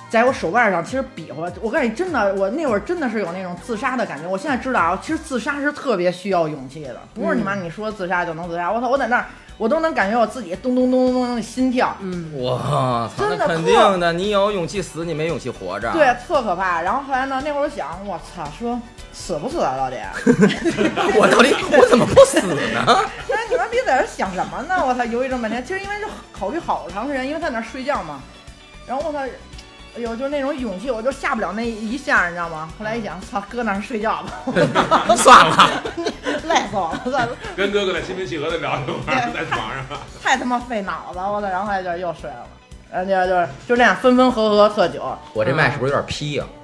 [SPEAKER 4] 在我手腕上其实比划。我告诉你，真的，我那会儿真的是有那种自杀的感觉。我现在知道啊，其实自杀是特别需要勇气的，不是你妈你说自杀就能自杀。我操，我在那儿我都能感觉我自己咚咚咚咚咚的心跳，
[SPEAKER 2] 我操，
[SPEAKER 4] 真
[SPEAKER 2] 那
[SPEAKER 4] 的
[SPEAKER 2] 肯定的，你有勇气死，你没勇气活着。
[SPEAKER 4] 对，，啊特可怕。然后后来呢，那会儿我想，我操，说死不死啊，到底？
[SPEAKER 2] 我到底我怎么不死呢？
[SPEAKER 4] 我说你们别在这想什么呢？我操，犹豫这么半天，其实因为就考虑好长时间，因为在那儿睡觉嘛。然后我操，哎呦，就是那种勇气，我就下不了那一下，你知道吗？后来一想，操，搁那儿睡觉吧，
[SPEAKER 2] 算了，
[SPEAKER 4] 累死我了，我操，
[SPEAKER 5] 跟哥哥在心平气和的聊着玩儿，在床 上。
[SPEAKER 4] 太他妈费脑子，我操，然后后来就又睡了。然后就就是就这样分分合合特久，
[SPEAKER 2] 我这麦是不是有点啊劈呀？
[SPEAKER 4] 嗯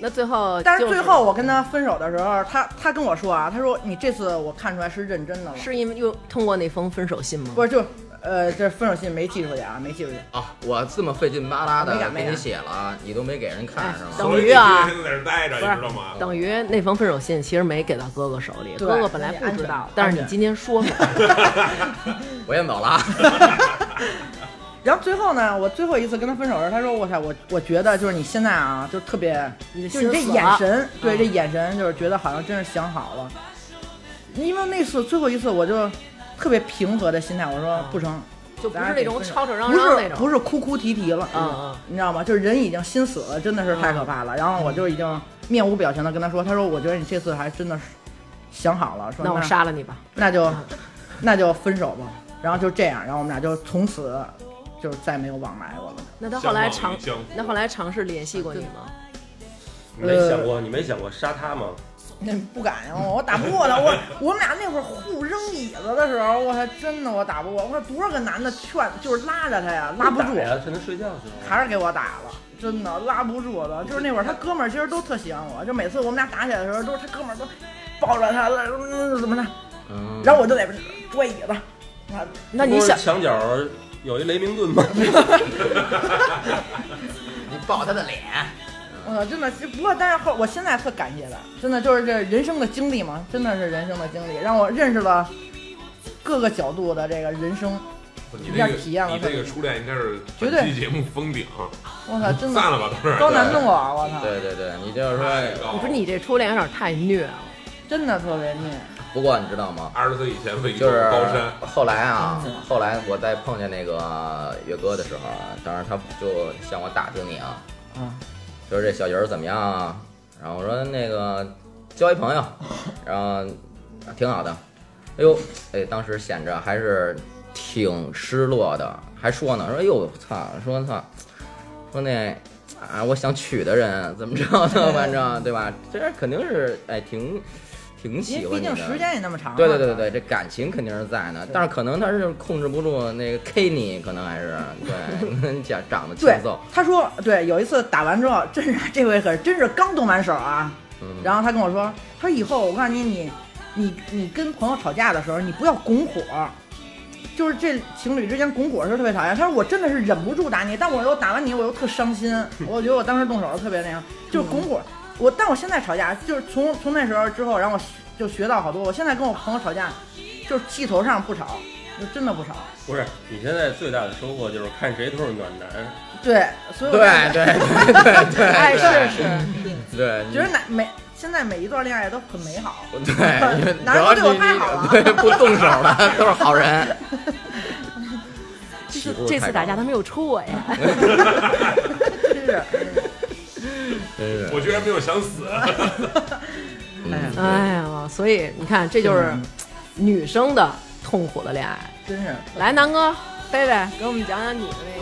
[SPEAKER 1] 那最后、
[SPEAKER 4] 但是最后我跟他分手的时候，他他跟我说啊，他说你这次我看出来是认真的了，
[SPEAKER 1] 是因为又通过那封分手信吗？
[SPEAKER 4] 不是就呃这分手信没寄出去啊，没寄出去。
[SPEAKER 2] 啊，我这么费劲巴拉
[SPEAKER 4] 没
[SPEAKER 2] 的
[SPEAKER 4] 敢没哎
[SPEAKER 2] 给
[SPEAKER 4] 敢
[SPEAKER 2] 你写了，你都没给人看是吗？
[SPEAKER 1] 等于啊
[SPEAKER 5] 所以你天天在这儿待着，
[SPEAKER 1] 不是
[SPEAKER 5] 你知道吗？
[SPEAKER 1] 等于那封分手信其实没给到哥哥手里，
[SPEAKER 4] 对
[SPEAKER 1] 哥哥本来不知道
[SPEAKER 4] 安全，
[SPEAKER 1] 但是你今天说 出来，
[SPEAKER 2] 我先走了啊。
[SPEAKER 4] 然后最后呢，我最后一次跟他分手的时候，他说：“我操，我我觉得就是你现在啊，就特别，
[SPEAKER 1] 你的
[SPEAKER 4] 就
[SPEAKER 1] 心
[SPEAKER 4] 是你这
[SPEAKER 1] 死了
[SPEAKER 4] 眼神，对，
[SPEAKER 1] 嗯
[SPEAKER 4] 这眼神就是觉得好像真是想好了。因为那次最后一次，我就特别平和的心态，我说不成，
[SPEAKER 1] 嗯就不是那种吵吵嚷
[SPEAKER 4] 不
[SPEAKER 1] 嚷那
[SPEAKER 4] 是
[SPEAKER 1] 种，
[SPEAKER 4] 不是哭哭啼啼了，
[SPEAKER 1] 嗯嗯
[SPEAKER 4] 你知道吗？就是人已经心死了，真的是太可怕了。然后我就已经面无表情的跟他说，他说我觉得你这次还真的是想好了，说
[SPEAKER 1] 那我杀了你吧。
[SPEAKER 4] 那就那就分手吧。然后就这样，然后我们俩就从此就是再没有往来过了。”
[SPEAKER 1] 那他后来
[SPEAKER 5] 相忘
[SPEAKER 1] 尝
[SPEAKER 5] 于江湖，
[SPEAKER 1] 那后来尝试联系过你吗？
[SPEAKER 6] 你没想过，你没想过杀他吗？
[SPEAKER 4] 那不敢呀，我打不过他。我我们俩那会儿互扔椅子的时候，我还真的我打不过。我说多少个男的劝，就是拉着他呀，
[SPEAKER 1] 呃
[SPEAKER 4] 拉不住
[SPEAKER 6] 打，呀，趁他睡觉去了。
[SPEAKER 4] 还是给我打了。真的拉不住了。就是那会儿他哥们儿其实都特喜欢我，就每次我们俩打起来的时候，都是他哥们儿都抱着他了，嗯怎么的，
[SPEAKER 2] 嗯，
[SPEAKER 4] 然后我就在那拽椅子。啊
[SPEAKER 1] 那你
[SPEAKER 6] 不是
[SPEAKER 1] 想，
[SPEAKER 6] 墙角有一雷明顿吗？
[SPEAKER 2] 你抱他的脸，
[SPEAKER 4] 呃，真的，不过但是后我现在特感谢他，真的就是这人生的经历嘛，真的是人生的经历，让我认识了各个角度的这个人生。
[SPEAKER 5] 你
[SPEAKER 4] 有
[SPEAKER 5] 这
[SPEAKER 4] 点体验
[SPEAKER 5] 个
[SPEAKER 4] 了
[SPEAKER 5] 你这个初恋应该是
[SPEAKER 4] 绝对
[SPEAKER 5] 本期节目封顶，
[SPEAKER 4] 我操， 真的
[SPEAKER 5] 散了吧，都是
[SPEAKER 4] 高难度啊！我操，
[SPEAKER 2] 对对对，你就是
[SPEAKER 5] 太
[SPEAKER 2] 说，
[SPEAKER 1] 不
[SPEAKER 5] 高了
[SPEAKER 1] 是你这初恋有点太虐了。
[SPEAKER 4] 真的特别虐。
[SPEAKER 2] 不过你知道吗？
[SPEAKER 5] 二十岁以前未
[SPEAKER 2] 就是
[SPEAKER 5] 高山，
[SPEAKER 2] 后来啊，
[SPEAKER 4] 嗯
[SPEAKER 2] 后来我在碰见那个岳哥的时候，啊当时他就向我打听你啊，
[SPEAKER 4] 啊，
[SPEAKER 2] 就是这小人儿怎么样啊？然后我说那个交一 朋友，然后挺好的。哎呦，哎，当时显着还是挺失落的，还说呢，说哎呦，我操，说操，说那啊，我想娶的人怎么着
[SPEAKER 4] 嗯
[SPEAKER 2] 呢？反正对吧？这人肯定是哎，挺挺
[SPEAKER 4] 因
[SPEAKER 2] 喜
[SPEAKER 4] 为
[SPEAKER 2] 欢
[SPEAKER 4] 毕
[SPEAKER 2] 你
[SPEAKER 4] 竟
[SPEAKER 2] 的。
[SPEAKER 4] 时间也那么长、啊。
[SPEAKER 2] 对对对对对，这感情肯定是在呢，但是可能他是控制不住那个 K 你，可能还 是对 长长得
[SPEAKER 4] 对
[SPEAKER 2] 欠揍，
[SPEAKER 4] 他说对，有一次打完之后，真是这回可真是刚动完手啊。
[SPEAKER 2] 嗯
[SPEAKER 4] 然后他跟我说，他说以后我告诉你，你你你跟朋友吵架的时候，你不要拱火。就是这情侣之间拱火的时候特别讨厌。他说我真的是忍不住打你，但我又打完你，我又特伤心。我觉得我当时动手特别那样，就是拱火。我但我现在吵架，就是从从那时候之后，然后我学就学到好多。我现在跟我朋友吵架，就是气头上不吵，就真的不吵。
[SPEAKER 6] 不是，你现在最大的收获就是看谁都是暖男。
[SPEAKER 4] 对，所以我
[SPEAKER 2] 对
[SPEAKER 4] 现在
[SPEAKER 2] 对对对对，
[SPEAKER 4] 哎，是是。
[SPEAKER 2] 对，
[SPEAKER 4] 觉得哪每现在每一段恋爱都很美好。
[SPEAKER 2] 你对，因为只
[SPEAKER 4] 男人
[SPEAKER 2] 要
[SPEAKER 4] 都对我
[SPEAKER 2] 你
[SPEAKER 4] 太好了
[SPEAKER 2] 你对不动手了，都是好人。
[SPEAKER 1] 这
[SPEAKER 2] 起
[SPEAKER 1] 次
[SPEAKER 2] 步
[SPEAKER 1] 这
[SPEAKER 2] 太
[SPEAKER 1] 次
[SPEAKER 2] 高
[SPEAKER 1] 打架他没有抽我呀。
[SPEAKER 4] 真是，
[SPEAKER 2] 真是
[SPEAKER 5] 我居然没有想死，
[SPEAKER 2] 嗯
[SPEAKER 1] 哎呀，所以你看，这就是
[SPEAKER 4] 嗯
[SPEAKER 1] 女生的痛苦的恋爱。
[SPEAKER 4] 真是
[SPEAKER 1] 来，南哥，贝贝，给我们讲讲你的那